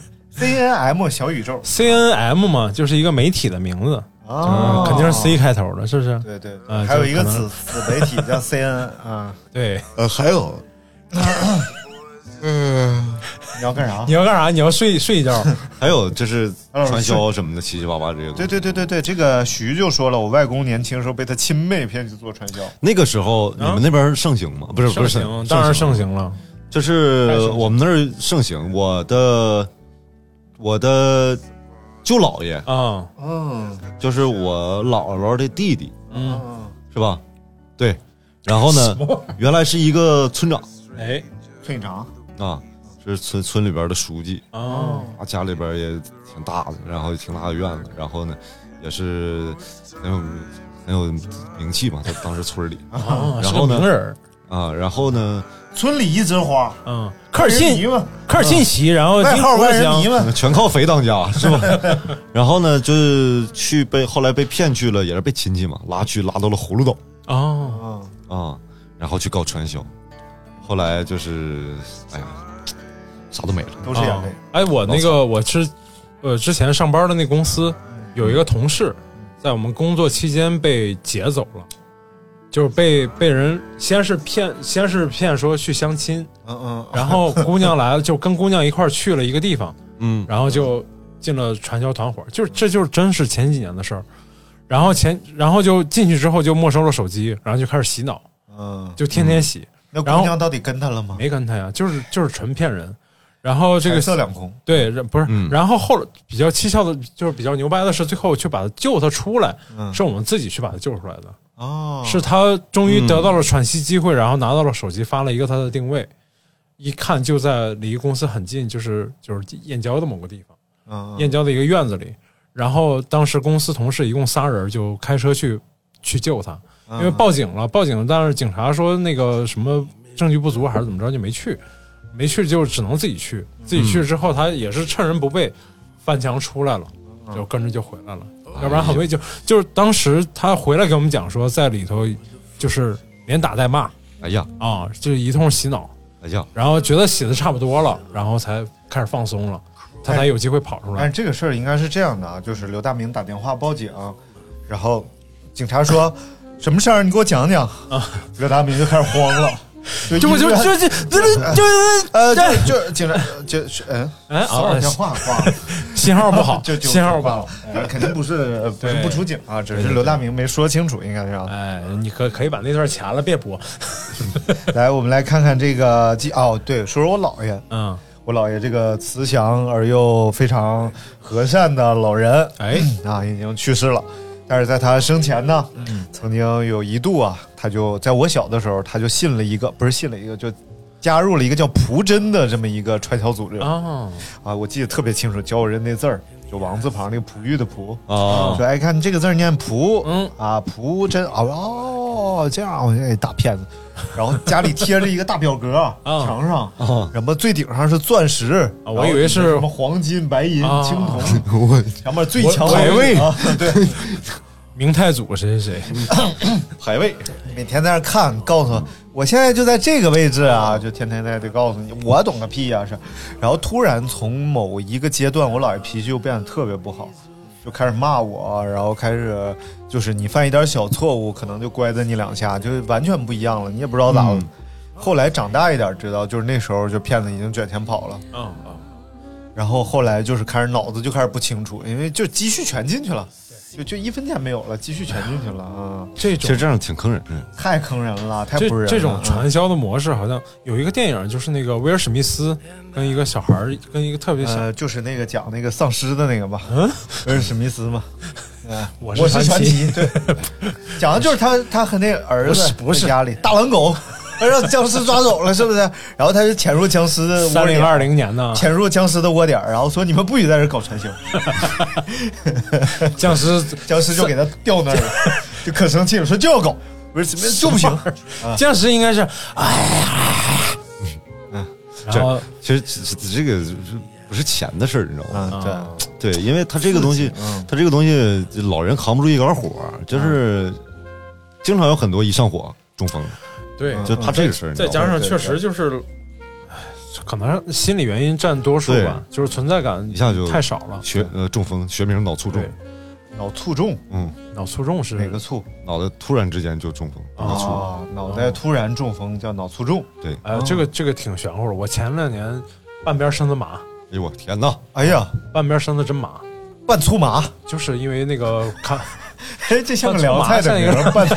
Speaker 3: C N M 小宇宙
Speaker 2: C N M 嘛，就是一个媒体的名字，
Speaker 3: 啊
Speaker 2: 肯定是 C 开头的，是不是？
Speaker 3: 对对，
Speaker 2: 啊
Speaker 3: 对还有一个
Speaker 2: 就可
Speaker 3: 子
Speaker 2: 能
Speaker 3: 子媒体叫 C N 啊，
Speaker 2: 对，
Speaker 5: 呃，还有，嗯，
Speaker 3: 你要干啥
Speaker 2: 你？要干啥？你要睡睡一觉。
Speaker 4: 还有就是传销什么的，七七八八这些东
Speaker 3: 对
Speaker 4: 西。
Speaker 3: 对对对对，这个徐就说了，我外公年轻时候被他亲妹骗去做传销，
Speaker 4: 那个时候你们那边盛行吗？不是，不
Speaker 2: 盛
Speaker 4: 是
Speaker 2: 行，当然盛行了。
Speaker 4: 就是我们那儿盛行，我的我的舅姥爷，
Speaker 2: 啊，
Speaker 3: 嗯
Speaker 4: 就是我姥姥的弟弟，
Speaker 2: 嗯，
Speaker 3: 嗯，
Speaker 4: 是吧？对，然后呢，原来是一个村长
Speaker 2: 哎，
Speaker 3: 村长
Speaker 4: 啊，是村村里边的书记
Speaker 2: 哦，
Speaker 4: 啊，家里边也挺大的，然后挺大的院子，然后呢，也是很有很有名气嘛，在当时村里
Speaker 3: 哦
Speaker 2: 啊，
Speaker 4: 然
Speaker 2: 是
Speaker 4: 后
Speaker 2: 个
Speaker 4: 呢
Speaker 2: 名人儿，
Speaker 4: 啊，然后呢，
Speaker 3: 村里一枝花，
Speaker 2: 嗯，科尔
Speaker 3: 人迷
Speaker 2: 沁，
Speaker 3: 嘛，
Speaker 2: 科尔沁席，然后
Speaker 3: 嗯外
Speaker 2: 金
Speaker 3: 号
Speaker 2: 湖
Speaker 3: 万
Speaker 2: 的
Speaker 3: 人
Speaker 2: 香
Speaker 3: 迷，嘛，
Speaker 4: 全靠肥当家是吧？ 然后呢，就是去被后来被骗去了，也是被亲戚嘛拉去拉到了葫芦岛
Speaker 2: 哦，
Speaker 3: 嗯，
Speaker 4: 啊，然后去搞传销，后来就是哎呀，啥都没了。
Speaker 3: 都是眼泪
Speaker 2: 啊。哎，我那个我之呃之前上班的那公司有一个同事，在我们工作期间被劫走了，就是被被人先是骗，先是骗说去相亲，
Speaker 3: 嗯嗯，
Speaker 2: 哦然后姑娘来了，就跟姑娘一块儿去了一个地方，
Speaker 4: 嗯，
Speaker 2: 然后就进了传销团伙，就是这就是真是前几年的事儿。然后前，然后就进去之后就没收了手机，然后就开始洗脑，
Speaker 3: 嗯，
Speaker 2: 就天天洗，
Speaker 3: 那
Speaker 2: 然
Speaker 3: 姑
Speaker 2: 后
Speaker 3: 娘到底跟他了吗？
Speaker 2: 没跟他呀，就是就是纯骗人。然后这
Speaker 3: 彩
Speaker 2: 个
Speaker 3: 色两空，
Speaker 2: 对，然不是，
Speaker 4: 嗯
Speaker 2: 然后后来比较蹊跷的，就是比较牛掰的是，最后去把他救他出来，
Speaker 3: 嗯
Speaker 2: 是我们自己去把他救出来的，
Speaker 3: 哦，
Speaker 2: 是他终于得到了喘息机会，然后拿到了手机，发了一个他的定位，一看就在离公司很近，就是就是燕郊的某个地方，
Speaker 3: 嗯，
Speaker 2: 燕郊的一个院子里，然后当时公司同事一共仨人就开车去去救他，
Speaker 3: 嗯
Speaker 2: 因为报警了，报警了，但是警察说那个什么证据不足还是怎么着，就没去，没去就只能自己去，自己去之后他也是趁人不备，翻墙出来了，就跟着就回来了，要不然很危就就是当时他回来给我们讲说，在里头就是连打带骂
Speaker 4: 哎呀，
Speaker 2: 啊，就一通洗脑，
Speaker 4: 哎呀，
Speaker 2: 然后觉得洗的差不多了，然后才开始放松了。他才有机会跑出
Speaker 3: 但
Speaker 2: 来
Speaker 3: 是。这个事儿应该是这样的啊，就是刘大明打电话报警，然后警察说什么事儿，你给我讲讲啊。 刘大明就开始慌了，就
Speaker 2: 这不就
Speaker 3: 一边
Speaker 2: 就就就就
Speaker 3: 呃，就就警察就是嗯
Speaker 2: 哎啊
Speaker 3: 骚扰电话挂了，，
Speaker 2: 信号不 好
Speaker 3: 就就
Speaker 2: 信号不
Speaker 3: 挂
Speaker 2: 好
Speaker 3: 了。，呃肯定不 是呃不是
Speaker 2: 对
Speaker 3: 不出警啊，只是刘大明没说清楚，应该是啊。
Speaker 2: 哎，你可可以把那段掐了，别播。哎
Speaker 3: 来，我们来看看这个记哦，对，说说我姥爷，
Speaker 2: 嗯，
Speaker 3: 我姥爷这个慈祥而又非常和善的老人，
Speaker 2: 哎，
Speaker 3: 啊，已经去世了。但是在他生前呢，曾经有一度啊，他就在我小的时候，他就信了一个，不是信了一个，就加入了一个叫蒲真的这么一个传销组织啊
Speaker 2: 哦，
Speaker 3: 我记得特别清楚，教我认那字儿，就王字旁那个璞玉的璞，
Speaker 4: 啊
Speaker 3: 说哎，看这个字儿念蒲，
Speaker 2: 哦嗯
Speaker 3: 啊，蒲真哦哦，这样哎，大骗子。然后家里贴着一个大表格，
Speaker 2: 啊
Speaker 3: 墙上
Speaker 4: 啊！
Speaker 3: 什么最顶上是钻石，
Speaker 2: 啊我以为是
Speaker 3: 然后什么黄金、白银、
Speaker 2: 啊
Speaker 3: 青铜，
Speaker 4: 我
Speaker 3: 前面最
Speaker 2: 我
Speaker 3: 强
Speaker 2: 排位
Speaker 3: 啊，对，
Speaker 2: 明太祖谁谁谁，
Speaker 4: 排位
Speaker 3: 每天在那看，告诉我我现在就在这个位置啊，就天天在这告诉你，我懂个屁呀、是。然后突然从某一个阶段，我姥爷脾气就变得特别不好，就开始骂我，然后开始就是你犯一点小错误，可能就乖着你两下，就完全不一样了，你也不知道咋了。后来长大一点知道，就是那时候就骗子已经卷钱跑了，
Speaker 2: 嗯嗯，
Speaker 3: 然后后来就是开始脑子就开始不清楚，因为就积蓄全进去了，就就一分钱没有了，积蓄全进去了啊。
Speaker 2: 这
Speaker 4: 其
Speaker 2: 种
Speaker 4: 实这样挺坑人的。
Speaker 3: 太坑人了，太不
Speaker 2: 这
Speaker 3: 人了。
Speaker 2: 这种
Speaker 3: 嗯
Speaker 2: 传销的模式，好像有一个电影，就是那个威尔史密斯跟一个小孩儿，跟一个特别小，
Speaker 3: 呃，就是那个讲那个丧尸的那个吧，
Speaker 2: 嗯，
Speaker 3: 威尔史密斯嘛。嗯，
Speaker 2: 我是
Speaker 3: 我是传
Speaker 2: 传奇
Speaker 3: 奇，对， 讲的就是他他和那儿
Speaker 2: 不
Speaker 3: 子
Speaker 2: 是不是
Speaker 3: 在家里大狼狗， 让僵尸抓走了，是不是？然后他就潜入僵尸的窝
Speaker 2: 三
Speaker 3: 里
Speaker 2: 零，二零啊年 呢，
Speaker 3: 潜入僵尸的窝点儿，然后说你们不许在这儿搞传销，
Speaker 2: 僵尸
Speaker 3: 僵尸就给他吊那儿 了，就可生气了，说就要搞，不是就不行，
Speaker 2: 啊僵尸应该是哎呀，然后
Speaker 4: 其实这这这个是不是钱的事儿，你知道吗？
Speaker 3: 嗯，对，
Speaker 4: 对，因为他这个东西，
Speaker 3: 嗯
Speaker 4: 他这个东西老人扛不住一杆火，就是经常有很多一上火中风，
Speaker 2: 对，
Speaker 3: 嗯
Speaker 4: 就怕这个事儿。
Speaker 2: 再加上确实就是，唉可能心理原因占多数吧，就是存在感
Speaker 4: 一下就
Speaker 2: 太少了，
Speaker 4: 学呃中风，学名脑卒中
Speaker 2: 对，
Speaker 3: 脑卒中
Speaker 4: 嗯，
Speaker 2: 脑卒中是
Speaker 3: 哪个卒？
Speaker 4: 脑袋突然之间就中风，脑卒
Speaker 3: 啊，脑袋突然中风叫脑卒中。
Speaker 4: 对，
Speaker 2: 哎，这个这个挺玄乎的。我前两年半边身子麻，
Speaker 4: 哎呦我天哪！
Speaker 3: 哎呀，
Speaker 2: 半边身子真麻，
Speaker 3: 半粗麻。
Speaker 2: 就是因为那个看
Speaker 3: 哎，这像个聊菜的名儿，拌菜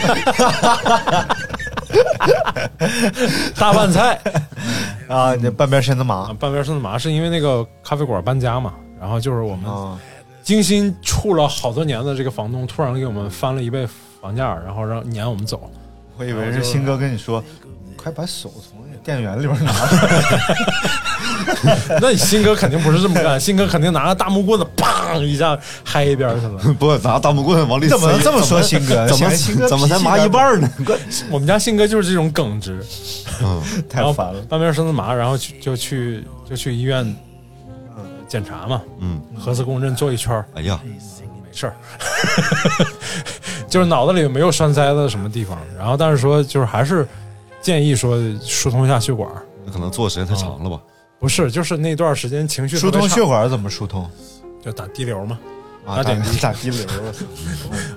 Speaker 2: 大拌菜
Speaker 3: 啊，你半边身 子麻
Speaker 2: 啊，半边身子麻是因为那个咖啡馆搬家嘛，然后就是我们
Speaker 3: 啊，
Speaker 2: 精心处了好多年的这个房东突然给我们翻了一倍房价，然后让撵我们走。
Speaker 3: 我以为是新哥跟你说，你快把手从那电源里边拿出来，
Speaker 2: 那你新哥肯定不是这么干，新哥肯定拿个大木棍子，砰一下嗨一边去了。
Speaker 4: 不拿大木棍 往里
Speaker 3: 你怎么
Speaker 4: 塞
Speaker 3: 这么说新哥？
Speaker 4: 怎
Speaker 3: 显
Speaker 4: 么
Speaker 3: 得新哥
Speaker 4: 怎么才
Speaker 3: 脾气
Speaker 4: 麻一半儿 呢？
Speaker 2: 我们家新哥就是这种耿直，
Speaker 3: 太
Speaker 2: 然
Speaker 4: 啊
Speaker 2: 后
Speaker 3: 烦了。
Speaker 2: 半边身子麻，然后去就去就去医院呃检查嘛，
Speaker 4: 嗯，
Speaker 2: 核磁共振做一圈儿
Speaker 4: 哎呀，
Speaker 2: 没事儿， 就是脑子里没有栓塞的什么地方，然后但是说就是还是建议说疏通一下血管儿，
Speaker 4: 那可能坐的时间太长了吧？
Speaker 3: 嗯
Speaker 2: 不是就是那段时间情绪
Speaker 3: 疏
Speaker 2: 特别
Speaker 3: 通
Speaker 2: 差
Speaker 3: 血管怎么疏 通？
Speaker 2: 就打滴流嘛，
Speaker 3: 啊，
Speaker 2: 打
Speaker 3: 打
Speaker 2: 点滴
Speaker 3: 打滴流儿， 我操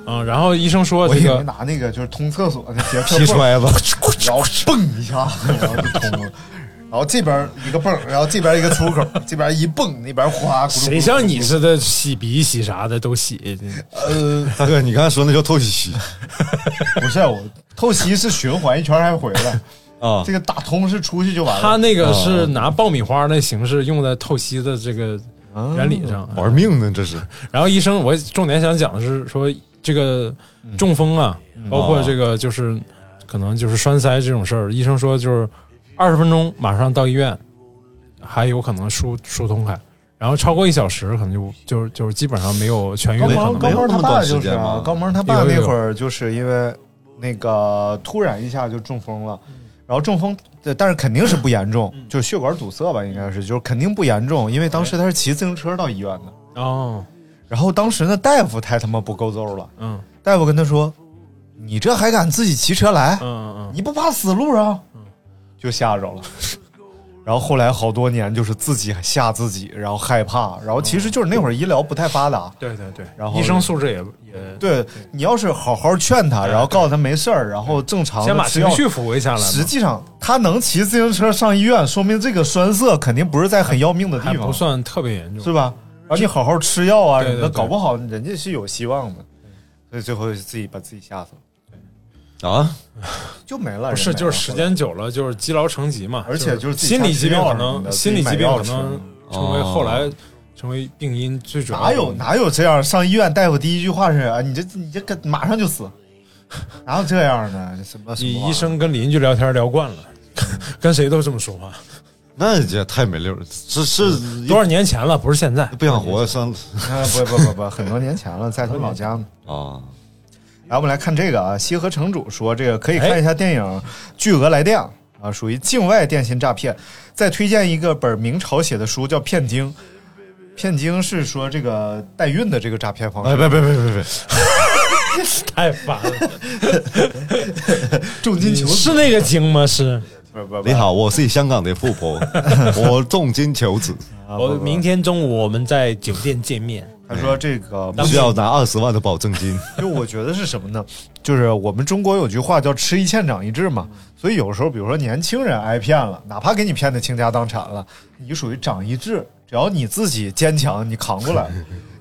Speaker 2: 嗯，然后医生说
Speaker 3: 我
Speaker 2: 这
Speaker 3: 以为
Speaker 2: 个
Speaker 3: 拿那个就是通厕所那 洁
Speaker 4: 踢
Speaker 3: 癖
Speaker 4: 摔 子，
Speaker 3: 然 后蹦一下，然后就通了。然后这边一个蹦，然后这边一个出口，这边一蹦，那边哗。咕噜咕噜
Speaker 2: 谁像你似的洗鼻洗啥的都洗，
Speaker 3: 嗯
Speaker 4: 呃，大哥，你刚才说那叫透析
Speaker 3: 不是我透析是循环一圈还回来，
Speaker 4: 啊
Speaker 3: 这？个打通是出去就完了。
Speaker 2: 他那个是拿爆米花那形式用在透析的这个
Speaker 4: 啊
Speaker 2: 原理上。
Speaker 3: 嗯
Speaker 4: 玩命呢，这是
Speaker 2: 然后医生，我重点想讲的是说这个中风啊，包括这个就是可能就是栓塞这种事儿，医生说就是二十分钟马上到医院，还有可能疏疏通开。然后超过一小时，可能就就是就是基本上没有痊愈的
Speaker 3: 高
Speaker 2: 可
Speaker 3: 萌
Speaker 2: 能。
Speaker 3: 高萌他爸就是
Speaker 4: 没有那么短时间
Speaker 3: 啊
Speaker 4: 嘛，
Speaker 3: 高萌他爸
Speaker 2: 有有
Speaker 3: 那
Speaker 2: 有
Speaker 3: 会儿就是因为那个突然一下就中风了，
Speaker 2: 嗯
Speaker 3: 然后中风，呃但是肯定是不严重，就是血管堵塞吧，应该是就是肯定不严重，因为当时他是骑自行车到医院的，
Speaker 2: 哦，
Speaker 3: 然后当时那大夫太他妈不够揍了，
Speaker 2: 嗯
Speaker 3: 大夫跟他说：“你这还敢自己骑车来？
Speaker 2: 嗯嗯
Speaker 3: 啊你不怕死路上？”就吓着了。然后后来好多年就是自己吓自己，然后害怕，然后其实就是那会儿医疗不太发达，
Speaker 2: 对对对，
Speaker 3: 然后
Speaker 2: 医生素质也也
Speaker 3: 对你要是好好劝他，然后告诉他没事儿，然后正常地
Speaker 2: 先把
Speaker 3: 吃
Speaker 2: 情
Speaker 3: 药
Speaker 2: 绪抚慰下来嘛，
Speaker 3: 实际上，他能骑自行车上医院，说明这个栓塞肯定不是在很要命的
Speaker 2: 还
Speaker 3: 地
Speaker 2: 不
Speaker 3: 方，
Speaker 2: 算特别严重，
Speaker 3: 是吧？然后你好好吃药啊，
Speaker 2: 对对
Speaker 3: 什么的
Speaker 2: 对
Speaker 3: 搞不好人家是有希望的。所以最后就自己把自己吓死了，
Speaker 4: 啊，
Speaker 3: 就没了。
Speaker 2: 不是，
Speaker 3: 人没了
Speaker 2: 就是时，间久了就是积劳成疾嘛，
Speaker 3: 而且
Speaker 2: 就
Speaker 3: 就是是自己
Speaker 2: 心理
Speaker 3: 下
Speaker 2: 疾病
Speaker 3: 药
Speaker 2: 可
Speaker 3: 什么
Speaker 2: 能
Speaker 3: 的
Speaker 2: 心理
Speaker 3: 自己
Speaker 2: 疾病
Speaker 3: 买药
Speaker 2: 可
Speaker 3: 吃
Speaker 2: 能成为
Speaker 4: 哦
Speaker 2: 后来成为病因最主要的。
Speaker 3: 哪有哪有这样上医院大夫第一句话是啊，你这你这个马上就死， 哪有这样的？这什么什么玩啊意
Speaker 2: 你
Speaker 3: 儿
Speaker 2: 医生跟邻居聊天聊惯了，跟谁都这么说话。
Speaker 4: 那也太没溜儿了，是是
Speaker 2: 多少年前了，不是现在。
Speaker 4: 不想活上
Speaker 3: 啊不不不不，很多年前了，在他老家呢。
Speaker 4: 啊，
Speaker 3: 来，我们来看这个啊，西河城主说这个可以看一下电影《巨额来电》啊，属于境外电信诈骗。再推荐一个本明朝写的书，叫《骗经》。骗经是说这个代孕的这个诈骗方
Speaker 4: 哎
Speaker 3: 式，
Speaker 4: 别别别别别，
Speaker 2: 太烦了。
Speaker 3: 重金
Speaker 2: 你
Speaker 3: 求子。
Speaker 2: 是那个精吗？是
Speaker 3: 不不不
Speaker 4: 你，好，我是香港的富 婆，我重金求子，
Speaker 3: 啊
Speaker 2: 我明天中午我们在酒店见面。
Speaker 3: 他说这个
Speaker 4: 不需要拿二十万的保证金，
Speaker 3: 就我觉得是什么呢？就是我们中国有句话叫“吃一堑长一智”嘛，
Speaker 2: 嗯
Speaker 3: 所以有时候，比如说年轻人挨骗了，哪怕给你骗的倾家荡产了，你属于长一智，只要你自己坚强，你 扛过来。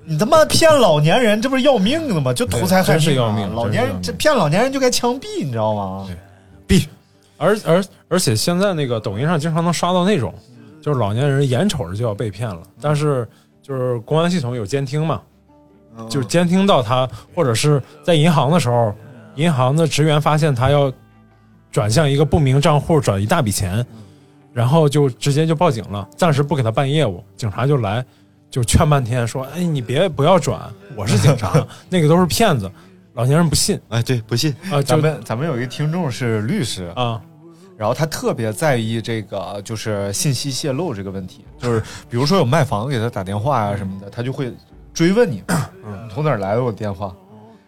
Speaker 3: 你他妈骗老年人，这不是要命的吗？就图财害
Speaker 2: 真是
Speaker 3: 命啊、
Speaker 2: 要命
Speaker 3: 老年人
Speaker 2: 真是
Speaker 3: 这
Speaker 2: 要命
Speaker 3: 骗老年人就该枪毙，你知道吗？
Speaker 2: 而而而且现在那个抖音上经常能刷到那种，就是老年人眼瞅着就要被骗了，但是就是公安系统有监听嘛，
Speaker 3: 嗯
Speaker 2: 就是监听到他，或者是在银行的时候，银行的职员发现他要转向一个不明账户转一大笔钱，然后就直接就报警了，暂时不给他办业务，警察就来就劝半天说，哎，你别不要转，我是警 察，那个都是骗子，老年人不信
Speaker 4: 哎对，不 信，
Speaker 2: 啊，就
Speaker 3: 咱们咱们有一个听众是律师，
Speaker 2: 啊，
Speaker 3: 然后他特别在意这个就是信息泄露这个问题，就是 比如说有卖房给他打电话啊呀、什么的，他就会追问你，你从哪儿来的我的电话，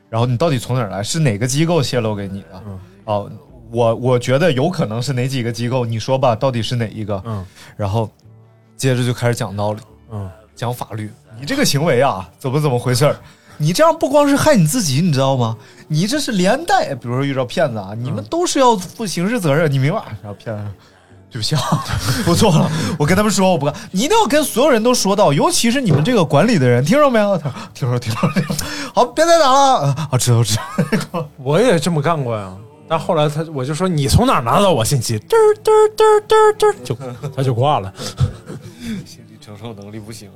Speaker 3: 然后你到底从哪儿来，是哪个机构泄露给你的？哦，我我觉得有可能是哪几个机构，你说吧，到底是哪一个？
Speaker 2: 嗯
Speaker 3: 然后接着就开始讲道理，
Speaker 2: 嗯，
Speaker 3: 讲法律，你这个行为啊，怎么怎么回事儿？你这样不光是害你自己，你知道吗？你这是连带，比如说遇到骗子啊，你们都是要负刑事责任，你明白？然后骗子，对不起啊， 我错了，我跟他们说我不干，你一定要跟所有人都说到，尤其是你们这个管理的人，听着没有？他说听说听说，听说好，别再打了，啊，知道知道，
Speaker 2: 我也这么干过呀。但后来他我就说你从哪儿拿到我信息？嘚儿嘚儿嘚儿嘚儿嘚儿， 就他就挂了。
Speaker 3: 心理承受能力不行。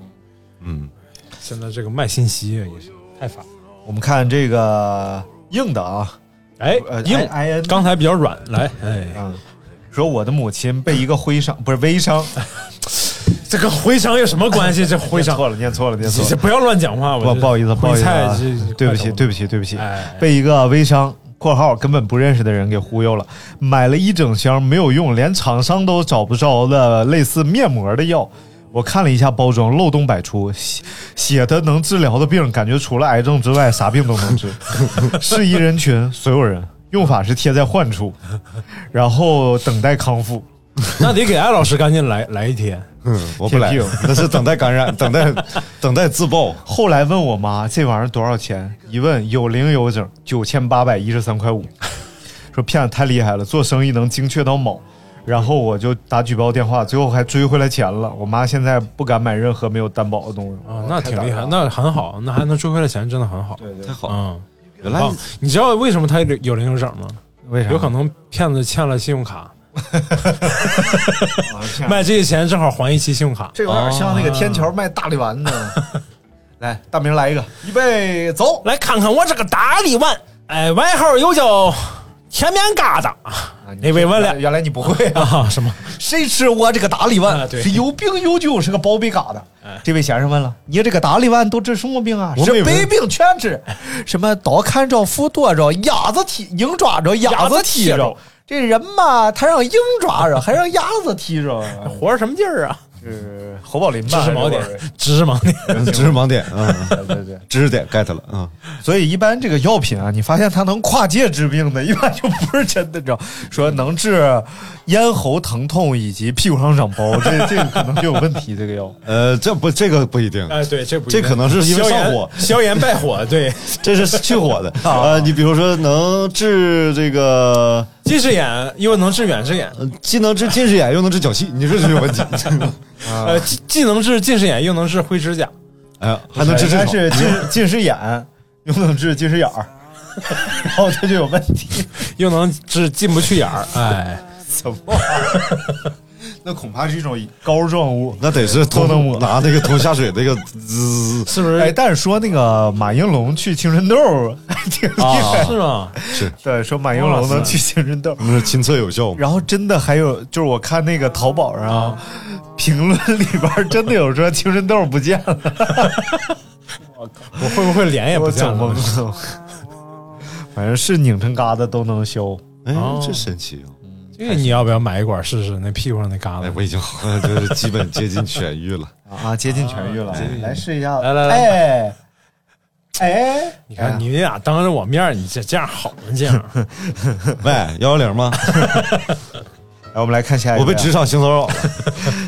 Speaker 4: 嗯，
Speaker 2: 现在这个卖信息也是太烦了。
Speaker 3: 我们看这个硬的啊，
Speaker 2: 哎
Speaker 3: 呃，
Speaker 2: 硬
Speaker 3: I- IN
Speaker 2: 刚才比较软，来，哎，
Speaker 3: 嗯，说我的母亲被一个徽商不是微商，
Speaker 2: 这跟徽商有什么关系？这徽
Speaker 3: 念
Speaker 2: 商，
Speaker 3: 错了，念错了，念
Speaker 2: 这
Speaker 3: 错
Speaker 2: 这
Speaker 3: 了，
Speaker 2: 不要乱讲话，我
Speaker 3: 不
Speaker 2: 这
Speaker 3: 不好意思，不好意思啊
Speaker 2: 徽菜这，
Speaker 3: 对不起，对
Speaker 2: 不
Speaker 3: 不起，对不起，
Speaker 2: 哎
Speaker 3: 被一个微商（括号根本不认识的人）给忽悠了，买了一整箱没有用，连厂商都找不着的类似面膜的药。我看了一下包装，漏洞百出，写写的能治疗的病，感觉除了癌症之外，啥病都能治。适宜人群，所有人。用法是贴在患处，然后等待康复。
Speaker 2: 那得给艾老师赶紧来来一啊天。
Speaker 4: 嗯我不来
Speaker 3: 铁定，
Speaker 4: 那是等待感 染，等待等待自爆，
Speaker 3: 后来问我妈这玩意儿多少钱，一问有零有整，九千八百一十三 块五。说骗子太厉害了，做生意能精确到某。然后我就打举报电话，最后还追回来钱了。我妈现在不敢买任何没有担保的东西。
Speaker 2: 啊，那挺厉
Speaker 3: 哦
Speaker 2: 害，
Speaker 3: 太大了
Speaker 2: 那很好，那还能追回来钱，真的很好。
Speaker 4: 太好了，
Speaker 2: 嗯，
Speaker 4: 啊原来
Speaker 2: 哦你知道为什么他有有零有整吗？
Speaker 3: 为啥？
Speaker 2: 有可能骗子欠了信用 卡，
Speaker 3: 能
Speaker 2: 卖这些钱正好还一期信用卡。
Speaker 3: 这有点像那个天桥卖大力丸呢。来，大明来一个，预备走。
Speaker 2: 来看看我这个大力丸，哎，外号又叫甜面疙瘩你被问了
Speaker 3: 原来你不会啊？
Speaker 2: 啊，什么？
Speaker 3: 谁吃我这个大力丸？
Speaker 2: 啊对
Speaker 3: 是有病有救，是个宝贝疙瘩
Speaker 2: 哎。
Speaker 3: 这位先生问了，你这个大力丸都治什么病啊？
Speaker 2: 我
Speaker 3: 是
Speaker 2: 没
Speaker 3: 百
Speaker 2: 问
Speaker 3: 病全 治，什么刀砍着、斧剁着、鸭子踢、鹰抓着、
Speaker 2: 鸭
Speaker 3: 鸭子踢
Speaker 2: 子踢
Speaker 3: 着
Speaker 2: 着。
Speaker 3: 这人嘛，他让鹰抓着，还让鸭子踢着，
Speaker 2: 活什么劲儿啊？
Speaker 3: 是哎侯宝林
Speaker 2: 知
Speaker 3: 吧？
Speaker 2: 识盲
Speaker 3: 还是
Speaker 2: 点，知识盲点，
Speaker 4: 知识盲点啊，
Speaker 3: 对对对，
Speaker 4: 知识点 get 了啊。
Speaker 3: 所以一般这个药品啊，你发现它能跨界治病的，一般就不是真的，你知道？说能治咽喉疼痛以及屁股上长包，这这个可能就有问题。这个药，
Speaker 4: 呃，这不这个不一定，
Speaker 2: 哎，对，这不一
Speaker 4: 这
Speaker 2: 定
Speaker 4: 可能是因为
Speaker 2: 消炎
Speaker 4: 上火
Speaker 2: 消炎败火， 对，
Speaker 4: 这是去火的
Speaker 3: 啊
Speaker 4: 呃，你比如说能治这个，
Speaker 2: 近视眼又能治远视眼，
Speaker 4: 呃既能治近视眼，又能治脚气，你说这有 问题？啊
Speaker 2: 呃，既既能治近视眼，又能治灰指甲，
Speaker 4: 哎呀，还能治痔
Speaker 3: 但
Speaker 4: 疮，
Speaker 3: 是近 近视眼又能治近视眼儿，然后这就有问题。
Speaker 2: 又能治进不去眼儿， 哎，
Speaker 3: 怎么？ 那恐怕是一种膏状 物。
Speaker 4: 那得是
Speaker 3: 都能抹
Speaker 4: 通拿那个通下水那个 滋，
Speaker 2: 是不是？
Speaker 3: 哎，但是说那个马应龙去青春痘，挺厉害。
Speaker 2: 啊，是吗？
Speaker 3: 对，说马应龙能去青春痘。
Speaker 4: 我们是亲测有效嘛？
Speaker 3: 然后真的还有，就是我看那个淘宝上、
Speaker 2: 啊
Speaker 3: 评论里边真的有说青春痘不见 了，
Speaker 2: 我会不会脸也不
Speaker 3: 我
Speaker 2: 见
Speaker 3: 整
Speaker 2: 了
Speaker 3: 懵？ 了。反正是拧成疙瘩都能消，
Speaker 4: 哎
Speaker 2: 哦，
Speaker 4: 这神奇啊！
Speaker 2: 这个你要不要买一管试试？那屁股上那疙
Speaker 4: 哎，
Speaker 2: 瘩，
Speaker 4: 我已经就是基本接近痊愈了。
Speaker 3: 啊，接近痊愈了。来试一下，
Speaker 2: 来来
Speaker 3: 来，哎哎，
Speaker 2: 你看你俩当着我面儿，你这这样好吗？这样
Speaker 4: 喂，幺幺零吗？
Speaker 3: 来我们来看下一位啊，
Speaker 4: 我被职场性骚扰了。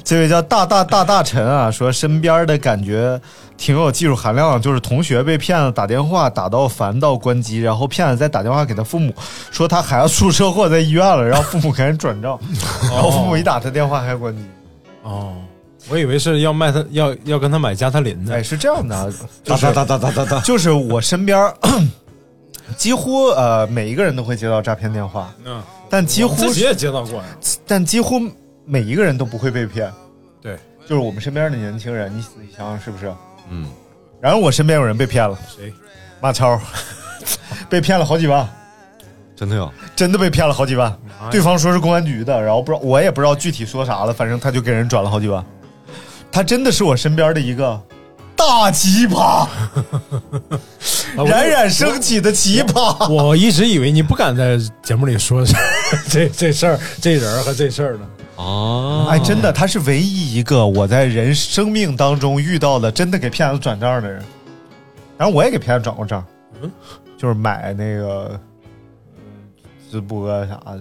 Speaker 3: 这位叫大大大大臣啊，说身边的感觉挺有技术含量的，就是同学被骗子打电话打到烦到关机，然后骗子再打电话给他父母，说他孩子出车祸在医院了，让父母赶紧转账，然后父母一打他电话还关机。
Speaker 2: 哦，我以为是要卖他，要要跟他买加特林
Speaker 3: 哎，
Speaker 2: 的，
Speaker 3: 是这样的啊，就
Speaker 4: 哒
Speaker 3: 是
Speaker 4: 哒哒哒哒哒哒。
Speaker 3: 就是我身边几乎呃每一个人都会接到诈骗电话，
Speaker 2: 嗯，
Speaker 3: 但几乎
Speaker 2: 自己也接到过呀，
Speaker 3: 但几乎每一个人都不会被骗。
Speaker 2: 对，
Speaker 3: 就是我们身边的年轻人，你仔细想想是不是？
Speaker 4: 嗯，
Speaker 3: 然后我身边有人被骗了。
Speaker 2: 谁？
Speaker 3: 马超 被骗了好几万，
Speaker 4: 真的有。
Speaker 3: 真的被骗了好几万
Speaker 2: 妈呀。
Speaker 3: 对方说是公安局的，然后不知道我也不知道具体说啥了，反正他就给人转了好几万。他真的是我身边的一个大奇葩，
Speaker 2: 啊我
Speaker 3: 冉冉升起的奇葩。
Speaker 2: 我一直以为你不敢在节目里说 这这事儿、这人儿和这事儿呢。
Speaker 4: 啊，
Speaker 3: 哎，真的，他是唯一一个我在人生命当中遇到的真的给骗子转账的人。然后我也给骗子转过账，就是买那个呃直播啥的。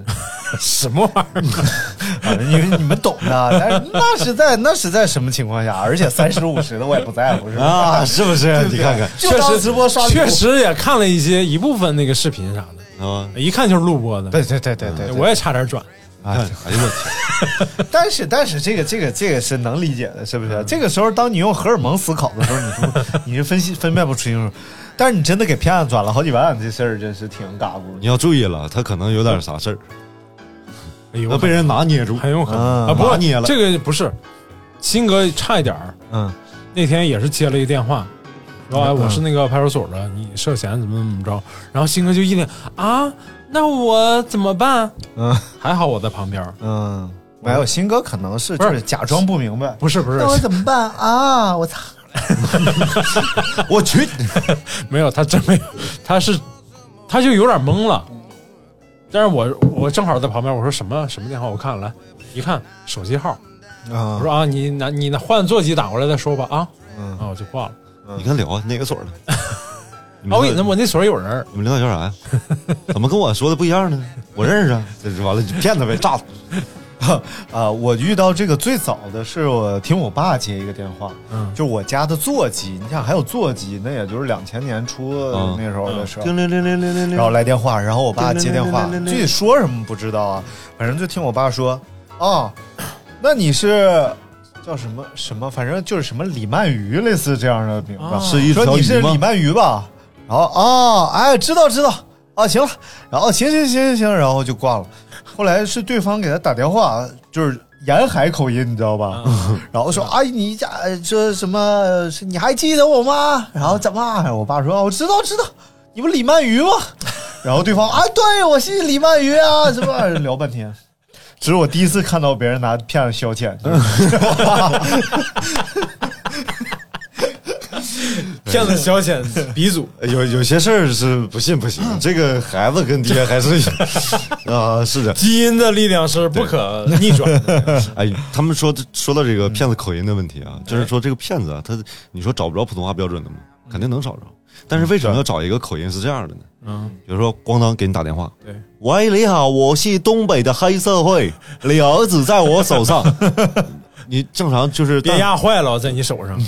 Speaker 2: 什么玩意儿？
Speaker 3: 啊你们你们懂的，但是那是在那是在什么情况下？而且三十五十的我也不在乎，是吧？
Speaker 4: 啊，是不是？你看看
Speaker 3: 就当直播刷礼物
Speaker 2: 确实也看了一些一部分那个视频啥
Speaker 4: 啊，
Speaker 2: 的，一看就是录播的。
Speaker 3: 对对对对对，
Speaker 2: 我也差点转，
Speaker 4: 哎哎呦我天！
Speaker 3: 但是但是这个这个这个是能理解的，是不
Speaker 4: 嗯
Speaker 3: 是？这个时候，当你用荷尔蒙思考的时候，你说 你是分析分辨不清楚，但是你真的给骗子转了好几万，这事儿真是挺嘎咕的。
Speaker 4: 你要注意了，他可能有点啥事儿，
Speaker 2: 哎
Speaker 3: 啊
Speaker 2: 呦
Speaker 4: 那被人拿捏住。
Speaker 2: 很有可能
Speaker 3: 嗯
Speaker 2: 啊！不
Speaker 4: 拿
Speaker 2: 过
Speaker 4: 捏了
Speaker 2: 这个不是，鑫哥差一点儿，
Speaker 3: 嗯，
Speaker 2: 那天也是接了一个电话，说哎，我是那个派出所的，你涉嫌怎么怎么着。然后鑫哥就一脸啊，那我怎么办？
Speaker 3: 嗯
Speaker 2: 还好我在旁边儿。
Speaker 3: 嗯，没有，新哥可能是
Speaker 2: 不
Speaker 3: 就是是假装不明白。
Speaker 2: 不是不是
Speaker 3: 那，我怎么办啊？ 我操！
Speaker 4: 我去，
Speaker 2: 没有，他真没有，他是他就有点懵了。但是我我正好在旁边，我说什么什么电话？我看来一看手机号，我
Speaker 3: 啊，
Speaker 2: 说啊，你拿你拿换座机打过来再说吧啊
Speaker 3: 嗯
Speaker 2: 啊，我就挂了。
Speaker 4: 你跟聊啊，哪个所的？你
Speaker 2: 啊，
Speaker 4: 们
Speaker 2: 我
Speaker 4: 领
Speaker 2: 给那
Speaker 4: 导
Speaker 2: 我那所有人儿，
Speaker 4: 你们领导叫啥呀？怎么跟我说的不一样呢？我认识啊，这就完了，就骗他呗，炸他。
Speaker 3: 啊，我遇到这个最早的是我听我爸接一个电话，
Speaker 2: 嗯
Speaker 3: 就我家的座机，你想还有座机，那也就是两千年初
Speaker 4: 嗯
Speaker 3: 那时候的事儿。
Speaker 4: 叮铃铃铃铃铃
Speaker 3: 然后
Speaker 4: 铃，
Speaker 3: 来电话，然后我爸接电话，
Speaker 4: 叮铃铃铃铃
Speaker 3: 具
Speaker 4: 铃
Speaker 3: 体说什么不知道啊，反正就听我爸说，啊，那你是叫什么什么，反正就是什么李曼鱼类似这样的名字，
Speaker 2: 啊
Speaker 4: 是一
Speaker 3: 说
Speaker 4: 条
Speaker 3: 你是
Speaker 4: 鱼
Speaker 3: 李
Speaker 4: 吗？
Speaker 3: 曼鱼吧？然后啊，哎，知道知道啊，行了，然后行行行行行，然后就挂了。后来是对方给他打电话，就是沿海口音，你知道吧？
Speaker 2: 嗯
Speaker 3: 然后说，哎，你家哎这什么？是你还记得我吗？然后怎么？我爸说，啊我知道知道，你不李曼鱼吗？ 然后对方，啊，对我是李曼鱼啊，什么聊半天。这是我第一次看到别人拿骗子消遣，
Speaker 2: 骗子消 遣鼻祖。
Speaker 4: 哎有有些事儿是不信不行，这个孩子跟爹还是 啊，是的。
Speaker 2: 基因的力量是不可逆转的。
Speaker 4: 哎，他们说说到这个骗子口音的问题
Speaker 2: 哎
Speaker 4: 啊，就是说这个骗子啊，他你说找不着普通话标准的吗？肯定能找着，但是为什么要找一个口音是这样的呢？
Speaker 2: 嗯，
Speaker 4: 比如说咣当给你打电话，
Speaker 2: 对，
Speaker 4: 喂，你好，我是东北的黑 社会，你儿子在我手上。你正常就是
Speaker 2: 别
Speaker 4: 但
Speaker 2: 压坏了，在你手上。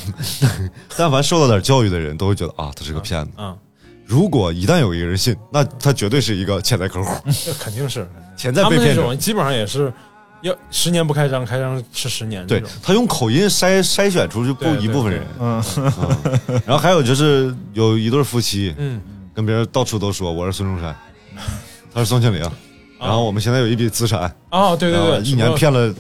Speaker 4: 但凡受到点教育的人都会觉得啊，他是个骗子。
Speaker 2: 嗯，
Speaker 4: 如果一旦有一个人信，那他绝对是一个潜在客户。
Speaker 2: 这肯定是。
Speaker 4: 潜在
Speaker 2: 他
Speaker 4: 被
Speaker 2: 们
Speaker 4: 骗
Speaker 2: 那
Speaker 4: 者
Speaker 2: 种。基本上也是要十年不开张，开张吃十年这
Speaker 4: 对
Speaker 2: 种。
Speaker 4: 他用口音筛筛选出去不
Speaker 2: 对对
Speaker 4: 一部分人
Speaker 2: 对，
Speaker 3: 嗯，
Speaker 4: 然后还有就是有一对夫妻
Speaker 2: 嗯，
Speaker 4: 跟别人到处都说我是孙中山，他是宋庆龄，然后我们现在有一笔资产，
Speaker 2: 哦，对对
Speaker 4: 然后
Speaker 2: 对，
Speaker 4: 啊一年骗了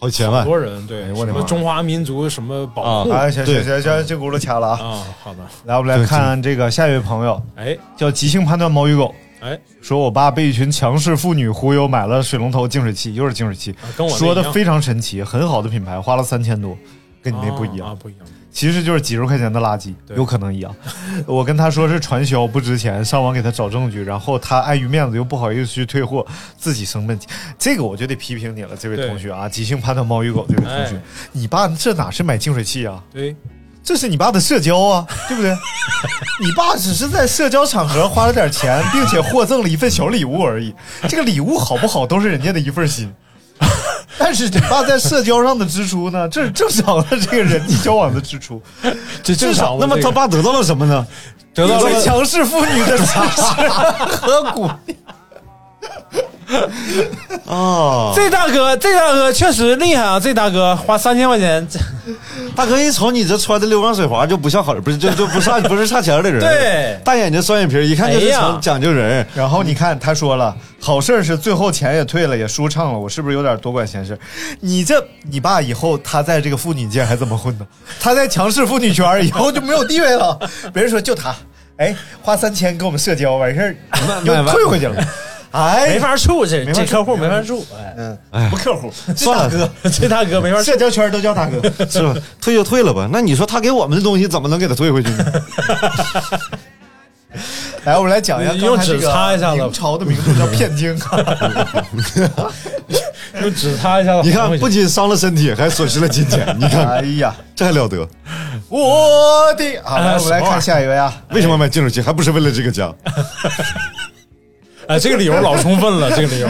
Speaker 4: 好几千
Speaker 2: 很
Speaker 4: 万，
Speaker 2: 多人，对，
Speaker 3: 我
Speaker 2: 什
Speaker 3: 的妈哎
Speaker 2: 么中华民族什么保护
Speaker 4: 啊
Speaker 2: 啊
Speaker 3: 来，行行
Speaker 4: 对
Speaker 3: 行行，这轱辘掐了啊！
Speaker 2: 好的，
Speaker 3: 来，我们来看这个下一位朋友，
Speaker 2: 哎
Speaker 3: 叫即兴判断猫与狗，
Speaker 2: 哎，
Speaker 3: 说我爸被一群强势妇女忽悠买了水龙头净水器，又是净水器，
Speaker 2: 啊跟我那
Speaker 3: 说
Speaker 2: 一
Speaker 3: 的
Speaker 2: 样
Speaker 3: 非常神奇，很好的品牌，花了三千多，跟你那不一
Speaker 2: 啊，
Speaker 3: 样
Speaker 2: 啊，不一样。
Speaker 3: 其实就是几十块钱的垃圾，
Speaker 2: 对
Speaker 3: 有可能一样。我跟他说是传销不值钱，上网给他找证据，然后他碍于面子又不好意思去退货，自己生闷气。这个我就得批评你了，这位
Speaker 2: 对
Speaker 3: 同学啊，即兴判断猫与狗这位同学，
Speaker 2: 哎
Speaker 3: 你爸这哪是买净水器啊？
Speaker 2: 对，
Speaker 3: 这是你爸的社交 啊，对不对？你爸只是在社交场合花了点钱，并且获赠了一份小礼物而已。这个礼物好不好，都是人家的一 份心。但是你爸在社交上的支出呢，这是正常的这个人际交往的支出。
Speaker 2: 这
Speaker 3: 至少，
Speaker 2: 那么他
Speaker 3: 爸得到了什么呢？
Speaker 2: 得到
Speaker 3: 一
Speaker 2: 了
Speaker 3: 位强势妇女的支 持 和鼓励。
Speaker 4: 啊，
Speaker 2: 这大哥，这大哥确实厉害啊！这大哥花三千块钱，这
Speaker 4: 大哥一瞅你这穿的溜光水滑，就不像好人，不是就就 不差不是差钱的人，
Speaker 2: 对
Speaker 4: 大眼睛双眼皮儿，一看就是
Speaker 2: 哎呀
Speaker 4: 讲讲究人，
Speaker 3: 然后你看，他说了，好事儿是最后钱也退了，也舒畅了。我是不是有点多管闲事？你这，你爸以后他在这个妇女界还怎么混呢？他在强势妇女圈儿以后就没有地位了。别人说就他，哎，花三千跟我们社交完事儿，又退回去了。哎，
Speaker 2: 没法处，这
Speaker 3: 没法处
Speaker 2: 这客户没法处。哎，
Speaker 3: 嗯，不客户，
Speaker 4: 算了
Speaker 3: 这大
Speaker 2: 这大哥没法
Speaker 3: 哥，
Speaker 2: 处。
Speaker 3: 社交圈儿都叫大哥。
Speaker 4: 是吧？退就退了吧。那你说他给我们的东西怎么能给他退回去呢？
Speaker 3: 来，我们来讲一下
Speaker 2: 用
Speaker 3: 刚才这
Speaker 2: 纸
Speaker 3: 个
Speaker 2: 擦一下子
Speaker 3: 明朝的名字叫骗经。
Speaker 2: 就只他一下子
Speaker 4: 你
Speaker 2: 还
Speaker 4: 看
Speaker 2: 回，去
Speaker 4: 不仅伤了身体，还损失了金钱。你看，
Speaker 3: 哎呀，
Speaker 4: 这还了得？
Speaker 3: 我的，好，来，我们来看下一位啊。
Speaker 4: 为什么买净水器？还不是为了这个家？
Speaker 2: 哎，这个理由老充分了，这个理由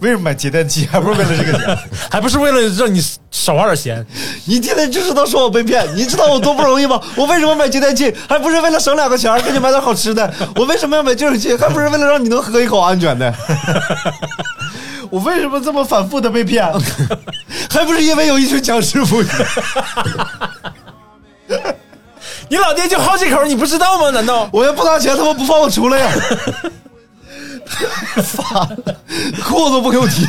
Speaker 3: 为什么买节电器？还不是为了这个 钱？
Speaker 2: 还不是为了让你少花点钱。
Speaker 4: 你天天就知道说我被骗，你知道我多不 容易吗？我为什么买节电器？还不是为了省两个钱儿，给你买点好 吃的。我为什么要买净水器？还不是为了让你能喝一口安全的。
Speaker 3: 我为什么这么反复的 被骗？
Speaker 4: 还不是因为有一群僵尸妇女。
Speaker 2: 你老爹就好几口，你不知道吗？难道
Speaker 4: 我要不拿钱，他们不放我出 来呀、 烦了，裤子不给我提，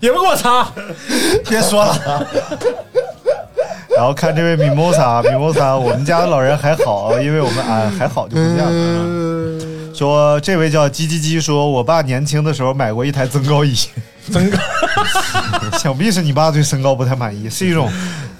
Speaker 2: 也不给我擦？
Speaker 3: 别说了。 然后看这位米莫萨，米莫萨，我们家的老人还好，因为我们俺、还好就不见了。
Speaker 2: 嗯
Speaker 3: 说这位叫鸡鸡鸡，说我爸年轻的时候买过一台增高椅，
Speaker 2: 增高，
Speaker 3: 想必是你爸对身高不太满意，是一种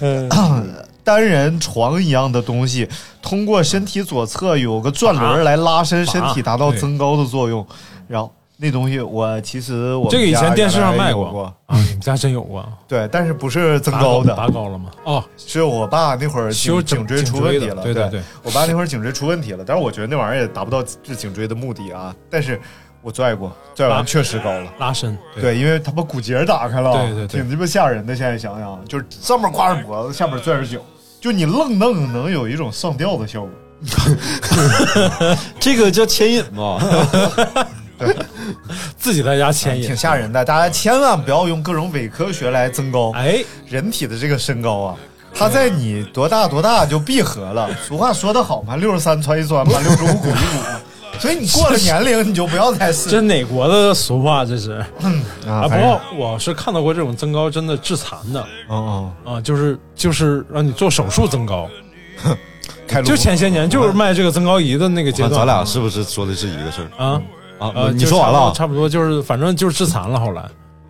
Speaker 2: 嗯，
Speaker 3: 单人床一样的东西，通过身体左侧有个转轮来拉伸身体，
Speaker 2: 拔
Speaker 3: 达到
Speaker 2: 对
Speaker 3: 增高的作用。然后那东西我其实我们
Speaker 2: 这个以
Speaker 3: 家
Speaker 2: 前电视上
Speaker 3: 原来
Speaker 2: 卖
Speaker 3: 有
Speaker 2: 过
Speaker 3: 过，
Speaker 2: 啊，你们家真有过？
Speaker 3: 对，但是不是增
Speaker 2: 拔
Speaker 3: 高的，
Speaker 2: 拔高了吗？哦，
Speaker 3: 是我爸那会儿
Speaker 2: 修整
Speaker 3: 颈椎
Speaker 2: 颈
Speaker 3: 出问
Speaker 2: 椎
Speaker 3: 题
Speaker 2: 的
Speaker 3: 了，
Speaker 2: 对
Speaker 3: 对
Speaker 2: 对对
Speaker 3: 我爸那会儿颈椎出问题了，但是我觉得那玩意儿也达不到治颈椎的目的啊。但是我拽过，拽完
Speaker 2: 啊
Speaker 3: 确实高了。
Speaker 2: 拉伸。
Speaker 3: 对，因为他把骨节打开了，
Speaker 2: 对对对
Speaker 3: 挺鸡巴吓人的。现在想想，就是上面挂着脖子，下面拽着脚，就你愣愣能有一种上吊的效果。
Speaker 4: 这个叫牵引吧？
Speaker 2: 自己在家啊牵
Speaker 3: 挺
Speaker 2: 引。
Speaker 3: 吓人的。大家千万不要用各种伪科学来增高
Speaker 2: 哎，
Speaker 3: 人体的这个身高啊。它在你多大多大就闭合了。俗话说得好嘛，六十三穿一穿 嘛，六十五鼓一鼓嘛。所以你过了年龄，你就不要再试
Speaker 2: 这哪国的俗话？这是
Speaker 3: 啊
Speaker 2: 啊，不过我是看到过这种增高真的致残的
Speaker 3: 哦
Speaker 2: 啊，就是就是让你做手术增高，
Speaker 3: 哦，开颅
Speaker 2: 就前些年就是卖这个增高仪的那个阶
Speaker 4: 看
Speaker 2: 段。
Speaker 4: 咱俩是不是说的是一个事儿
Speaker 2: 啊
Speaker 4: 啊
Speaker 2: 呃，
Speaker 4: 你
Speaker 2: 就
Speaker 4: 说完了啊？啊
Speaker 2: 差不多差不多就是反正就是致残了。后来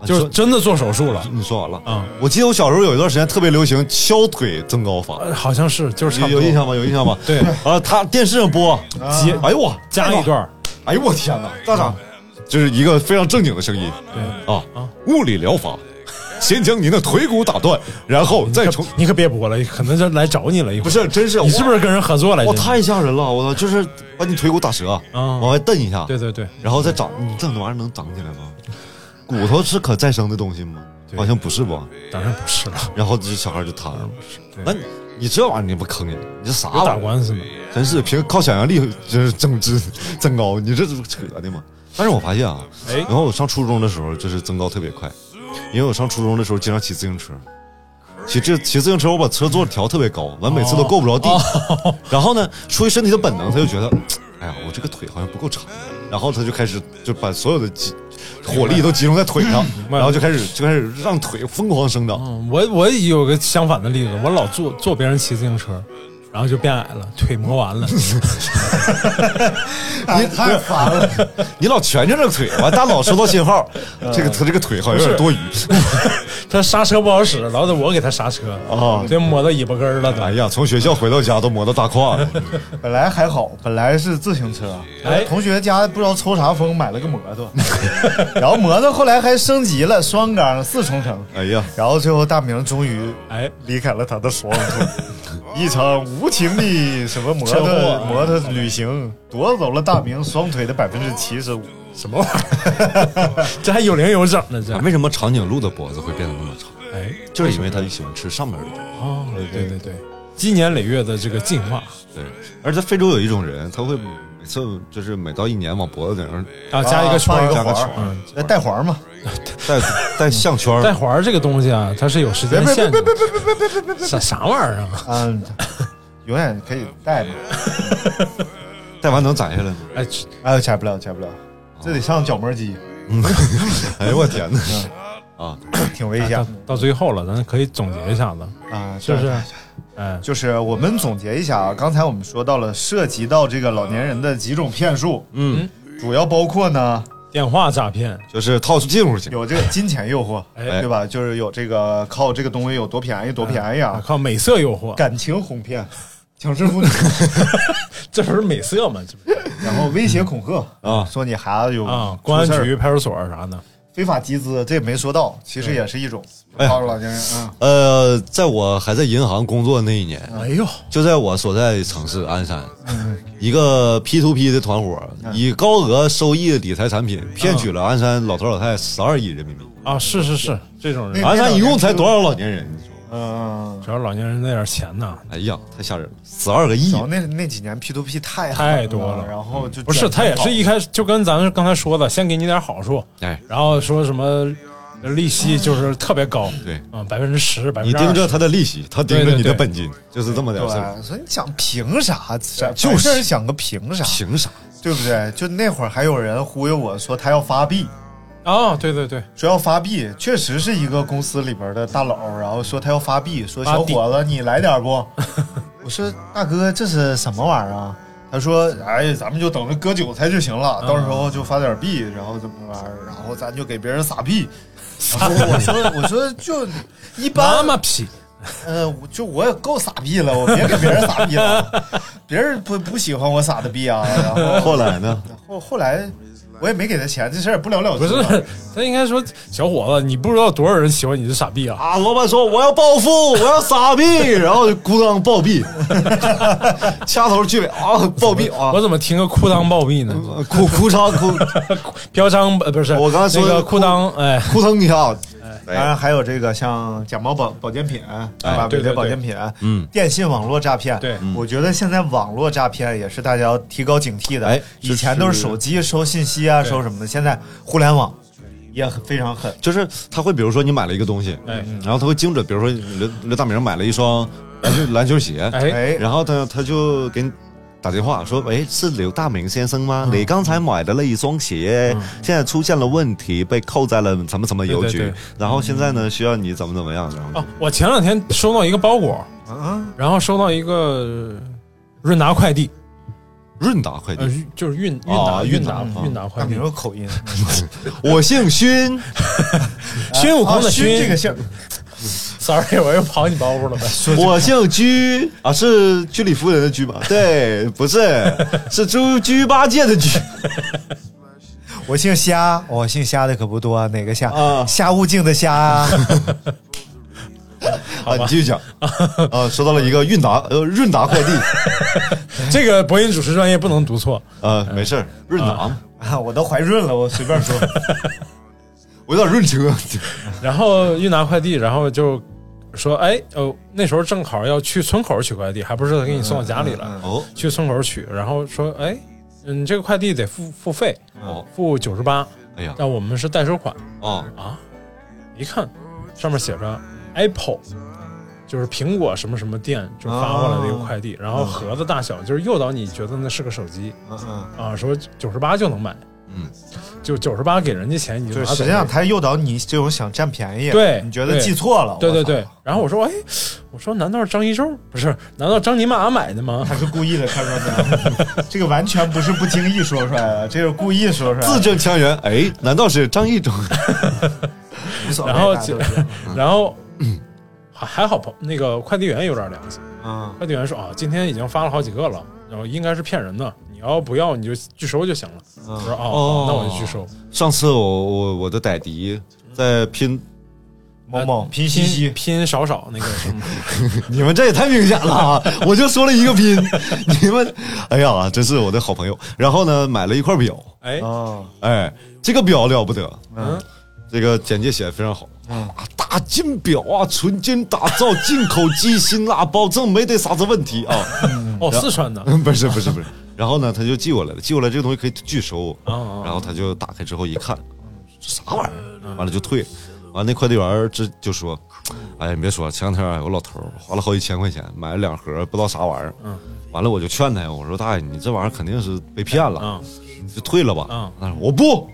Speaker 2: 就是真的做手术了。
Speaker 4: 你说完了
Speaker 2: 嗯，
Speaker 4: 我记得我小时候有一段时间特别流行敲腿增高法，
Speaker 2: 呃好像是，就是差
Speaker 4: 有
Speaker 2: 不
Speaker 4: 有
Speaker 2: 多
Speaker 4: 印象吗？有印象吗？
Speaker 2: 对
Speaker 4: 啊，他电视上播，
Speaker 2: 接
Speaker 4: 哎呦我
Speaker 2: 加一，段儿，
Speaker 4: 哎呦我天哪，大傻，嗯就是一个非常正经的声音
Speaker 2: 对，
Speaker 4: 啊，物理疗法，先将您的腿骨打断，然后再从
Speaker 2: 你可别播了，可能就来找你了一会
Speaker 4: 不
Speaker 2: 儿。
Speaker 4: 是真是
Speaker 2: 你是不是跟人合作来着？
Speaker 4: 哇太吓人了，我操，就是把你腿骨打折，啊
Speaker 2: 嗯
Speaker 4: 往外蹬一下，
Speaker 2: 对对对，
Speaker 4: 然后再长，你这玩意儿能长起来吗？骨头是可再生的东西吗？
Speaker 2: 对
Speaker 4: 好像不是吧？
Speaker 2: 当然不是了，
Speaker 4: 然后这小孩就瘫了。
Speaker 2: 对
Speaker 4: 那你你这玩意儿你不坑人？你这 啥
Speaker 2: 我打
Speaker 4: 玩意儿？
Speaker 2: 官司呢。
Speaker 4: 真是凭靠想象力就是增值增高，你这是扯的嘛？但是我发现啊，
Speaker 2: 哎
Speaker 4: 然后我上初中的时候就是增高特别快，因为我上初中的时候经常骑自行车，骑这骑自行车我把车座调特别高，完每次都够不着地， 然后呢，出于身体的本能，他就觉得，哎呀，我这个腿好像不够长，然后他就开始就把所有的集火力都集中在腿上，
Speaker 2: 白
Speaker 4: 然后就开始就开始让腿疯狂生长。
Speaker 2: 嗯，我我有个相反的例子，我老坐坐别人骑自行车，然后就变矮了，腿磨完 了。
Speaker 3: 你哎太烦了。
Speaker 4: 你老蜷着这个腿，完大老收到信号，这个他这个腿好像有点多余。
Speaker 2: 他刹车不好使，老得我给他刹车
Speaker 4: 哦
Speaker 2: 这磨到尾巴根儿了都。
Speaker 4: 哎呀，从学校回到家都磨到大胯了。
Speaker 3: 本来还好，本来是自行车，啊
Speaker 2: 哎
Speaker 3: 同学家不知道抽啥风买了个摩托， 然后摩托后来还升级了双缸四冲程，
Speaker 4: 哎呀，
Speaker 3: 然后最后大明终于
Speaker 2: 哎，
Speaker 3: 离开了他的双 腿，一场无情的什么摩
Speaker 2: 车
Speaker 3: 托
Speaker 2: 祸
Speaker 3: 摩托旅行夺走了大明双腿的百分之七十五。
Speaker 2: 什么玩意儿？这还有零有整呢，这。
Speaker 4: 为什么长颈鹿的脖子会变得那么长？
Speaker 2: 哎，
Speaker 4: 就是因为它喜欢吃上面的东西。
Speaker 2: 哦，对对对，积年累月的这个进化
Speaker 4: 对，而在非洲有一种人，他会每次就是每到一年往脖子顶上
Speaker 2: 啊，加一个圈
Speaker 3: 啊放
Speaker 2: 儿
Speaker 3: 一个
Speaker 4: 加个
Speaker 3: 环
Speaker 4: 圈
Speaker 3: 儿，
Speaker 2: 嗯
Speaker 3: 那带 环嘛，
Speaker 4: 带带项圈
Speaker 2: 带
Speaker 4: 儿。
Speaker 2: 环儿这个东西啊，它是有时间限制的。啥啥玩意儿啊？
Speaker 3: 嗯，永远可以带嘛。
Speaker 4: 带完能摘下来吗？
Speaker 2: 哎，
Speaker 3: 哎，拆不了，拆不了，这得上角 磨机，
Speaker 4: 哎呦我天哪！啊，
Speaker 3: 挺危险
Speaker 2: 到
Speaker 3: 的。
Speaker 2: 到最后了，咱可以总结一下子，
Speaker 3: 啊，
Speaker 2: 是不是
Speaker 3: 对？
Speaker 2: 哎，
Speaker 3: 就是我们总结一下啊，刚才我们说到了涉及到这个老年人的几种骗术，
Speaker 4: 嗯，
Speaker 3: 主要包括呢
Speaker 2: 电话诈骗，
Speaker 4: 就是套出进入去。
Speaker 3: 有这个金钱诱惑，
Speaker 2: 哎
Speaker 3: 对吧？就是有这个靠这个东西有多便宜多便宜
Speaker 2: 啊
Speaker 3: 啊，
Speaker 2: 靠美色诱惑，
Speaker 3: 感情 哄骗，强制妇女，
Speaker 2: 这不是美色吗？这不是
Speaker 3: 然后威胁恐吓
Speaker 4: 啊
Speaker 3: 说你孩子有
Speaker 2: 啊，
Speaker 3: 出
Speaker 2: 公安
Speaker 3: 事儿
Speaker 2: 局、派出所啥的，
Speaker 3: 非法集资，这也没说到，其实也是一种
Speaker 4: 哎
Speaker 3: 帮助老年人
Speaker 2: 嗯
Speaker 3: 啊。
Speaker 4: 呃，在我还在银行工作那一年，
Speaker 2: 哎呦，
Speaker 4: 就在我所在城市鞍山，一个 P to P 的团伙以高额收益理财产品骗取了鞍山老头老太十二亿人民币。
Speaker 2: 啊，是是是，这种 人
Speaker 3: 那，
Speaker 4: 鞍山啊一共才多少老年人？你说？
Speaker 3: 嗯，
Speaker 2: 主要老年人那点钱呐，
Speaker 4: 哎呀，太吓人了，十二个亿
Speaker 3: 然！后那那几年 P to P 太狠
Speaker 2: 太多了
Speaker 3: 然后就
Speaker 2: 不是他也是一开始就跟咱们刚才说的，先给你点好处，
Speaker 4: 哎，
Speaker 2: 然后说什么利息就是特别高，
Speaker 4: 对
Speaker 2: 啊，百分之十，百分
Speaker 4: 你
Speaker 2: 之
Speaker 4: 盯着他的利息，他盯着你的本金，就是这么点事儿。
Speaker 3: 对，啊所以你想凭啥？
Speaker 4: 就是
Speaker 3: 是想个凭啥？
Speaker 4: 凭啥？
Speaker 3: 对不对？就那会儿还有人忽悠我说他要发币，
Speaker 2: 啊，对对对，
Speaker 3: 说要发币，确实是一个公司里边的大佬，然后说他要发币，说小伙子你来点不？我说大哥这是什么玩意儿啊？他说：“哎，咱们就等着割韭菜就行了，到时候就发点币，然后怎么玩意儿，然后咱就给别人撒币。”然后我说：“我说就一
Speaker 2: 妈
Speaker 3: 般
Speaker 2: 妈批，
Speaker 3: 呃，我就我也够傻逼了，我别给别人傻逼了，别人不不喜欢我傻的逼啊。然后
Speaker 4: 后来呢？
Speaker 3: 后后来我也没给他钱，这事儿也不了了
Speaker 2: 不
Speaker 3: 之
Speaker 2: 是
Speaker 3: 了。，
Speaker 2: 他应该说小伙子，你不知道多少人喜欢你是傻逼啊，
Speaker 4: 啊！老板说我要暴富，我要傻逼，然后就咣当暴毙， 掐头去尾啊！暴毙啊
Speaker 2: 我！怎么听个裤裆暴毙呢？
Speaker 4: 哭哭嚓哭
Speaker 2: 嫖娼呃不是，
Speaker 4: 我刚才说
Speaker 2: 那
Speaker 4: 的
Speaker 2: 个裤裆，哎，
Speaker 4: 哭腾一下，
Speaker 3: 当然还有这个像假冒保保健品，对吧？
Speaker 2: 哎对对
Speaker 3: 伪劣
Speaker 2: 对
Speaker 3: 保健品，
Speaker 4: 嗯
Speaker 3: 电信网络诈骗，
Speaker 2: 对，嗯
Speaker 3: 我觉得现在网络诈骗也是大家要提高警惕的。
Speaker 4: 哎就
Speaker 3: 以前都是手机收信息啊，
Speaker 2: 对
Speaker 3: 收什么的，现在互联网也很非常狠。
Speaker 4: 就是他会，比如说你买了一个东西，
Speaker 2: 哎
Speaker 4: 然后他会精准，比如说刘刘大明买了一双篮球篮球鞋，
Speaker 2: 哎，
Speaker 3: 哎，
Speaker 4: 然后他他就给你打电话说：“喂，是刘大明先生吗？你刚才买的那一双鞋，现在出现了问题，被扣在了什么什么邮局，
Speaker 2: 对对对
Speaker 4: 然后现在呢，需要你怎么怎么样。”然后
Speaker 2: 哦，我前两天收到一个包裹，
Speaker 3: 啊，
Speaker 2: 然后收到一个呃润达快递，
Speaker 4: 润达快
Speaker 2: 呃
Speaker 4: 递，，
Speaker 2: 就是韵韵
Speaker 4: 啊
Speaker 2: 达韵达
Speaker 4: 韵达
Speaker 2: 韵达快
Speaker 3: 啊看你
Speaker 2: 递，
Speaker 3: 有 口音，
Speaker 4: 我姓勋，
Speaker 2: 孙悟空
Speaker 3: 啊
Speaker 2: 的
Speaker 3: 熏这个姓儿，
Speaker 2: ，sorry，我又跑你包袱了呗。
Speaker 4: 我姓居啊，是居里夫人的居吧？对，不是，是猪居八戒的居。
Speaker 3: 我姓虾，我姓虾的可不多，哪个虾？
Speaker 4: 啊
Speaker 3: 虾悟净的虾啊。
Speaker 4: 啊，你继续 讲啊，收到了一个韵达呃润达 快递，
Speaker 2: 这个播音主持专业不能读错，
Speaker 4: 呃，没事儿，润达嘛，
Speaker 3: 啊，我都怀孕了，我随便说。
Speaker 4: 我有点啊润 车，
Speaker 2: 然后韵达快递，然后就说，哎，呃，那时候正好要去村口取快递，还不是给你送到家里了，
Speaker 4: 哦
Speaker 2: 去村口取，然后说，哎，嗯，这个快递得付付费，
Speaker 4: 哦，
Speaker 2: 付九十八，
Speaker 4: 哎呀，
Speaker 2: 但我们是代收款
Speaker 4: 哦
Speaker 2: 啊。一看上面写着 Apple，就是苹果什么什么店就发过来的一个快递，然后盒子大小就是诱导你觉得那是个手机
Speaker 3: 嗯嗯，
Speaker 2: 啊，说九十八就能买，
Speaker 4: 嗯，
Speaker 2: 就九十八给人家钱你就
Speaker 3: 就
Speaker 2: 拿
Speaker 3: 是
Speaker 2: 走。
Speaker 3: 实际上他诱导你这种想占便宜，
Speaker 2: 对
Speaker 3: 你觉得记错了，
Speaker 2: 对对
Speaker 3: 我操
Speaker 2: 对，，然后我说，哎，我说难道是张一舟？不是，难道张尼玛买的吗？
Speaker 3: 他是故意的，看出来没？这个完全不是不经意说出来的，这是故意说出来的，
Speaker 4: 字正腔圆，哎，难道是张译 中？
Speaker 3: 无所谓。
Speaker 2: 然后
Speaker 3: 大家都知道
Speaker 2: 然后还还好，那个快递员有点良心，
Speaker 3: 嗯
Speaker 2: 快递员说啊，今天已经发了好几个了，然后应该是骗人的，你要不要你就拒收就行了。
Speaker 3: 嗯
Speaker 2: 我说哦，
Speaker 4: 哦
Speaker 2: 那我就拒收。
Speaker 4: 上次我我我的歹敌在拼，
Speaker 3: 某某拼夕
Speaker 2: 呃拼
Speaker 3: 夕，
Speaker 2: 拼少少那个什么，
Speaker 4: 你们这也太明显了啊！我就说了一个拼， 你们，哎呀，真是我的好朋友。然后呢，买了一块表，
Speaker 2: 哎，
Speaker 3: 哦，
Speaker 4: 哎，这个表了不得，
Speaker 2: 嗯，
Speaker 4: 这个简介写的非常好。
Speaker 3: 嗯
Speaker 4: 啊，大金表啊，纯金打造，进口机，辛辣保证没得啥子问题啊。
Speaker 2: 哦，四川 的，
Speaker 4: 嗯，不是不是不是。然后呢，他就寄过来了，寄过来这个东西可以拒收，
Speaker 2: 啊啊
Speaker 4: 然后他就打开之后一看，这啥玩意
Speaker 2: 嗯
Speaker 4: 儿？完了就退，完了那快递员儿这就说，哎呀，你别说，前两天啊有老头儿花了好几千块钱买了两盒不知道啥玩意儿，
Speaker 2: 嗯
Speaker 4: 完了我就劝他，我说大爷，你这玩意儿肯定是被骗了，
Speaker 2: 嗯，
Speaker 4: 你就退了吧
Speaker 2: 嗯。
Speaker 4: 他说我不，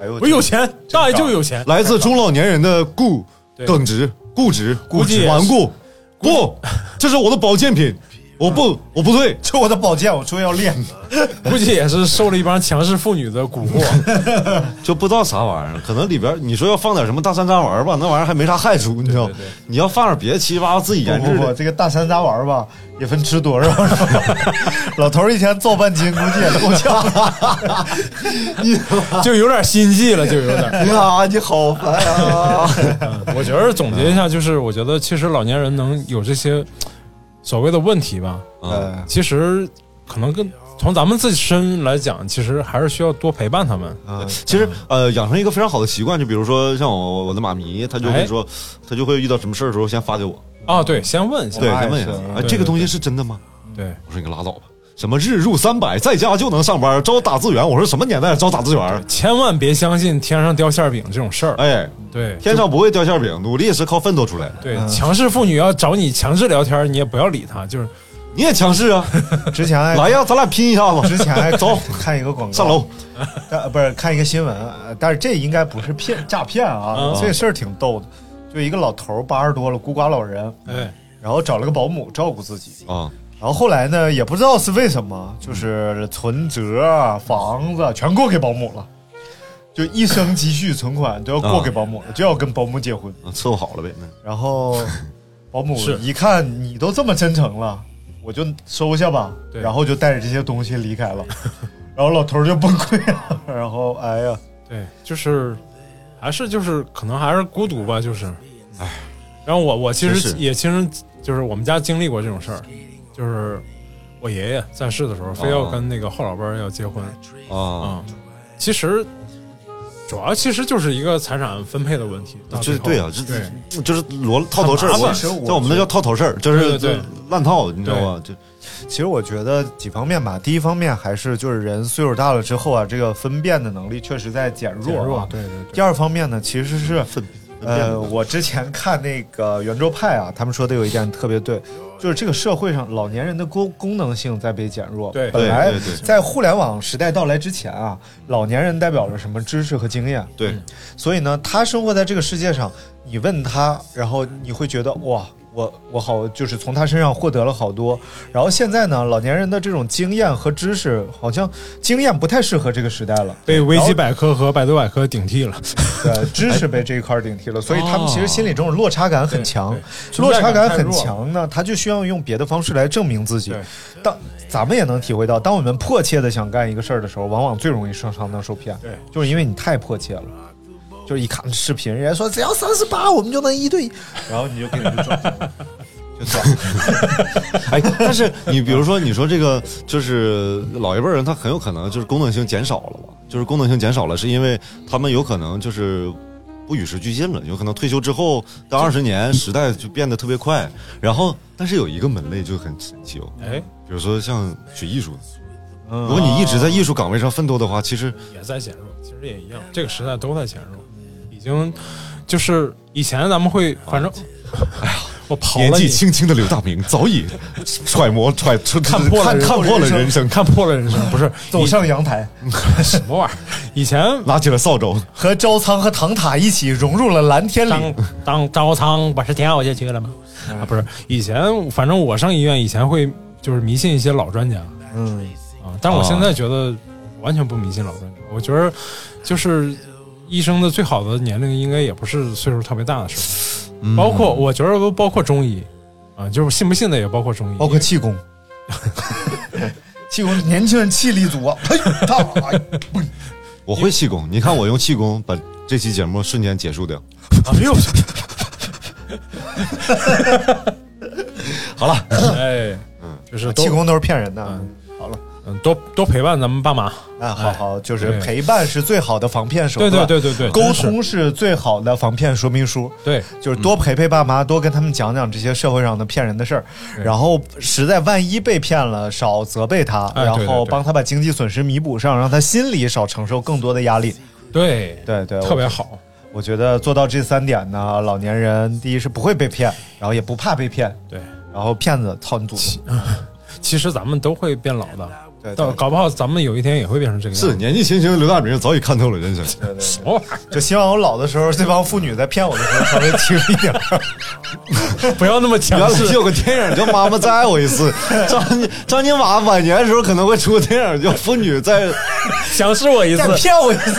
Speaker 3: 哎呦，
Speaker 2: 我有钱，大爷就有 钱，
Speaker 4: 来自中老年人的固
Speaker 2: 对
Speaker 4: 耿直、固执、
Speaker 2: 估计也是
Speaker 4: 顽固，不，这是我的保健品，我不，我不退。
Speaker 3: 这我的宝剑，我终于要练。
Speaker 2: 估计也是受了一帮强势妇女的蛊 惑。
Speaker 4: 就不知道啥玩意儿，可能里边儿你说要放点什么大山楂丸儿吧，那玩意儿还没啥害处，你知道？
Speaker 2: 对对对
Speaker 4: 你要放点别的七七八八自己
Speaker 3: 不
Speaker 4: 研
Speaker 3: 不
Speaker 4: 制
Speaker 3: 不，
Speaker 4: 的，
Speaker 3: 这个大山楂丸吧，也分吃多少。是吧 老头儿一天造半斤，估计也够 呛。
Speaker 2: 就有点心计了，就有 点。嗯
Speaker 4: 呀，你好烦啊！
Speaker 2: 我觉得总结一下，就是我觉得其实老年人能有这些所谓的问题吧，
Speaker 3: 哎
Speaker 4: 嗯
Speaker 2: 其实可能跟从咱们自身来讲，其实还是需要多陪伴他们。
Speaker 3: 嗯
Speaker 4: 其实呃，养成一个非常好的习惯，就比如说像我我的妈咪，她
Speaker 2: 哎
Speaker 4: 就会说，她就会遇到什么事儿的时候先发给我，
Speaker 2: 啊，对，先问一下，
Speaker 4: 对，
Speaker 3: 妈
Speaker 4: 先
Speaker 3: 也
Speaker 4: 问一下
Speaker 3: 是，
Speaker 4: 哎，
Speaker 2: 对
Speaker 4: 这
Speaker 2: 对
Speaker 4: 个东西是真的吗？
Speaker 2: 对
Speaker 4: 我说你可拉倒吧，什么日入三百，在家就能上班，招打字员，我说什么年代招打字员？
Speaker 2: 千万别相信天上掉馅饼这种事儿。
Speaker 4: 哎，
Speaker 2: 对，
Speaker 4: 天上不会掉馅饼，努力是靠奋斗出来的。
Speaker 2: 对，强势妇女要找你强制聊天，你也不要理她，就是
Speaker 4: 你也 强势啊，
Speaker 3: 之前
Speaker 2: 哎
Speaker 3: 还
Speaker 4: 来呀，咱俩拼一下子，
Speaker 3: 之前还
Speaker 4: 走
Speaker 3: 看一个广告，
Speaker 4: 上楼。
Speaker 3: 但呃不是看一个新闻，呃但是这应该不是骗诈骗
Speaker 2: 嗯
Speaker 3: 啊，这事儿挺逗的。就一个老头儿八十多了，孤寡老人，
Speaker 2: 哎，
Speaker 3: 然后找了个保姆照顾自己，
Speaker 2: 哦
Speaker 4: 啊。
Speaker 3: 然后后来呢，也不知道是为什么，就是存折、啊房子全过给保姆了，就一生积蓄存款都要过给保姆
Speaker 2: 嗯
Speaker 3: 了，就要跟保姆结婚。
Speaker 4: 啊伺候好了呗。那
Speaker 3: 然后保 姆
Speaker 2: 是
Speaker 3: 一看你都这么真诚了，我就收下吧，
Speaker 2: 对
Speaker 3: 然后就带着这些东西离开了，然后老头儿就崩溃了，然后哎呀。
Speaker 2: 对，就是还是就是可能还是孤独吧，就是，哎，然后我我其
Speaker 4: 真
Speaker 2: 实
Speaker 4: 是
Speaker 2: 也亲身就是我们家经历过这种事儿，就是我爷爷在世的时候，非要跟那个后老伴儿要结婚
Speaker 4: 啊，
Speaker 2: 啊、其实主要其实就是一个财产分配的问题，嗯到
Speaker 4: 这
Speaker 2: 最后
Speaker 4: 对啊，
Speaker 2: 对
Speaker 4: 这就是罗套头事儿，
Speaker 2: 很麻
Speaker 4: 我
Speaker 2: 烦
Speaker 4: 在我们那叫套头事儿，就
Speaker 2: 对对
Speaker 4: 是
Speaker 2: 对
Speaker 4: 就烂套，你知道吧？就
Speaker 3: 其实我觉得几方面吧，第一方面还是就是人岁数大了之后啊，这个分辨的能力确实在减弱、啊。
Speaker 2: 减弱对对对
Speaker 3: 第二方面呢，其实是
Speaker 4: 分分辨
Speaker 3: 呃，我之前看那个圆桌派啊，他们说的有一点特别对，就是这个社会上老年人的功功能性在被减弱。
Speaker 2: 对
Speaker 3: 本来
Speaker 4: 对对对
Speaker 3: 在互联网时代到来之前啊，老年人代表着什么知识和经验，
Speaker 2: 嗯
Speaker 4: 对，
Speaker 3: 所以呢，他生活在这个世界上，你问他，然后你会觉得哇。我我好就是从他身上获得了好多。然后现在呢，老年人的这种经验和知识，好像经验不太适合这个时代了，
Speaker 2: 被维基百科和百度百科顶替了。
Speaker 3: 对，呃知识被这一块儿顶替了，所以他们其实心里这种落差感很强
Speaker 2: 对，对
Speaker 3: 落差
Speaker 2: 存在感
Speaker 3: 感
Speaker 2: 太
Speaker 3: 很
Speaker 2: 弱
Speaker 3: 强呢，他就需要用别的方式来证明自己
Speaker 2: 对。
Speaker 3: 当咱们也能体会到，当我们迫切的想干一个事儿的时候，往往最容易上当受骗。
Speaker 2: 对
Speaker 3: 就是因为你太迫切了。就是一看视频，人家说只要三十八，我们就能一对一，然后你就给人家转钱了，就转了。
Speaker 4: 哎，但是你比如说，你说这个就是老一辈儿人，他很有可能就是功能性减少了吧？就是功能性减少了，是因为他们有可能就是不与时俱进了，有可能退休之后到二十年，时代就变得特别快。然后，但是有一个门类就很神奇哦，
Speaker 2: 哎，
Speaker 4: 比如说像学艺术的，如果你一直在艺术岗位上奋斗的话，其实
Speaker 2: 也在减弱，其实也一样，这个时代都在减弱，已经就是以前咱们会，反正，哎呀， 我刨
Speaker 4: 年
Speaker 2: 了
Speaker 4: 纪
Speaker 2: 你，
Speaker 4: 轻轻的刘大明早 已揣摩揣看
Speaker 2: 破了
Speaker 4: 看
Speaker 2: 人
Speaker 4: 看破了人生，
Speaker 2: 看破了人生，不 是
Speaker 3: 走上阳台，
Speaker 2: 以什么玩意儿？以前
Speaker 4: 拿起了扫帚。
Speaker 3: 和招苍和唐塔一起融入了蓝天里
Speaker 2: 当。当招苍不是跳下去了吗？啊，不是，以前反正我上医院以前会就是迷信一些老专家
Speaker 3: 嗯，
Speaker 2: 啊，但我现在觉得完全不迷信老专家，我觉得就是医生的最好的年龄应该也不是岁数特别大的时
Speaker 3: 嗯
Speaker 2: 候，包括我觉得包括中医啊，就是信不信的也包括中医，
Speaker 3: 包括气功，气功，年轻人气力足啊！嘿，他哎
Speaker 4: 我会气功，你看我用气功把这期节目瞬间结束掉。
Speaker 2: 啊，没有，
Speaker 4: 好了，
Speaker 2: 哎，就是
Speaker 3: 嗯啊
Speaker 2: 多
Speaker 3: 气功都是骗人的。
Speaker 2: 嗯多多陪伴咱们爸妈，
Speaker 3: 啊，好好，就是
Speaker 2: 哎对
Speaker 3: 陪伴是最好的防骗手
Speaker 2: 对
Speaker 3: 段，
Speaker 2: 对对对对，
Speaker 3: 沟
Speaker 2: 真是嗯
Speaker 3: 通是最好的防骗说明书。
Speaker 2: 对。
Speaker 3: 就是多陪陪爸妈，多跟他们讲讲这些社会上的骗人的事儿，然后实在万一被骗了，少责备他，
Speaker 2: 哎对
Speaker 3: 然后
Speaker 2: 对对
Speaker 3: 帮他把经济损失弥补上，让他心里少承受更多的压力。
Speaker 2: 对
Speaker 3: 对对，
Speaker 2: 特别好，
Speaker 3: 我。我觉得做到这三点呢，老年人第一是不会被骗，然后也不怕被骗，
Speaker 2: 对。
Speaker 3: 然后骗子操你祖宗。
Speaker 2: 其实咱们都会变老的，
Speaker 3: 对
Speaker 2: 到
Speaker 3: 对
Speaker 2: 搞不好咱们有一天也会变成这个样
Speaker 4: 是
Speaker 2: 子。
Speaker 4: 年纪轻轻的刘大明早已看透了人生。
Speaker 2: 什么玩意
Speaker 3: 就希望我老的时候，这帮妇女在骗我的时候稍微轻一点。
Speaker 2: 儿？不要那么
Speaker 4: 原
Speaker 2: 强
Speaker 4: 来
Speaker 2: 势。
Speaker 4: 有个电影叫《妈妈再爱我一次》， 张张金马晚年的时候可能会出个电影叫《妇女在》。
Speaker 2: 强势我一次
Speaker 3: 再。骗我一次。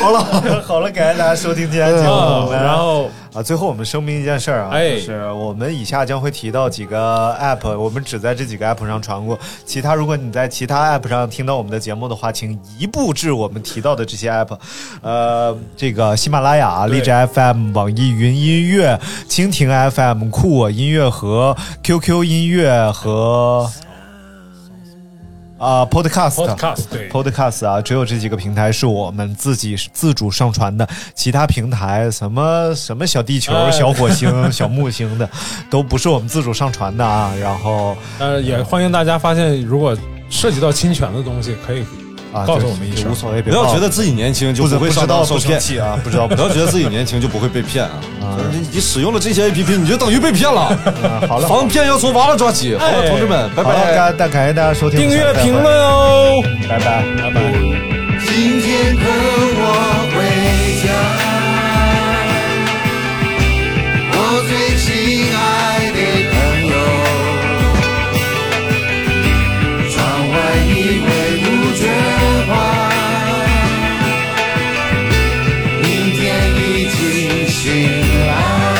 Speaker 3: 好了，好了，感谢大家收听今天节目。
Speaker 2: 啊
Speaker 4: 嗯
Speaker 3: 我们
Speaker 2: 然后
Speaker 3: 啊，最后我们声明一件事儿啊，
Speaker 2: 哎
Speaker 3: 就是我们以下将会提到几个 app，我们只在这几个 app 上传过。其他如果你在其他 app 上听到我们的节目的话，请移步至我们提到的这些 app，呃，这个喜马拉雅、
Speaker 2: 对
Speaker 3: 荔枝 FM、网易云音乐、蜻蜓 FM、酷我音乐和 QQ 音乐和啊、Podcast。
Speaker 2: Podcast 对
Speaker 3: Podcast 啊，只有这几个平台是我们自己自主上传的，其他平台什么什么小地球、
Speaker 2: 哎
Speaker 3: 小火星、 小木星的，都不是我们自主上传的啊。然后
Speaker 2: 呃，也欢迎大家发现，如果涉及到侵权的东西，可以
Speaker 3: 啊，
Speaker 2: 告诉
Speaker 3: 对
Speaker 2: 我们一
Speaker 3: 也
Speaker 2: 声
Speaker 3: 无所谓，
Speaker 4: 不
Speaker 3: 别
Speaker 4: 要
Speaker 3: 报
Speaker 4: 觉得自己年轻就
Speaker 3: 不知
Speaker 4: 不
Speaker 3: 不
Speaker 4: 会
Speaker 3: 知
Speaker 4: 上
Speaker 3: 道
Speaker 4: 当
Speaker 3: 不
Speaker 4: 受
Speaker 3: 生
Speaker 4: 骗
Speaker 3: 气啊，不知道不
Speaker 4: 不
Speaker 3: 知道
Speaker 4: 要觉得自己年轻就不会被骗 啊！你你使用了这些 A P P，你就等于被 骗了。
Speaker 3: 好了
Speaker 4: 防骗要从娃娃抓起。好了，
Speaker 2: 哎
Speaker 4: 同志们，拜
Speaker 3: 好了，
Speaker 4: 拜。
Speaker 3: 感感感谢大家收听，
Speaker 2: 订
Speaker 3: 我
Speaker 2: 阅
Speaker 3: 们下次再
Speaker 2: 评
Speaker 3: 会
Speaker 2: 论，哦。
Speaker 3: 拜拜。
Speaker 2: 拜拜。
Speaker 5: 今天和我回家，我最亲爱的朋友。窗外已为雾绝花，明天已经醒来，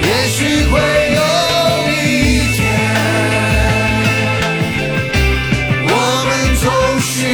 Speaker 5: 也许会有一天。我们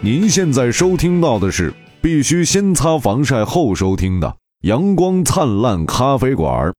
Speaker 1: 您现在收听到的是必须先擦防晒后收听的《阳光灿烂咖啡馆》。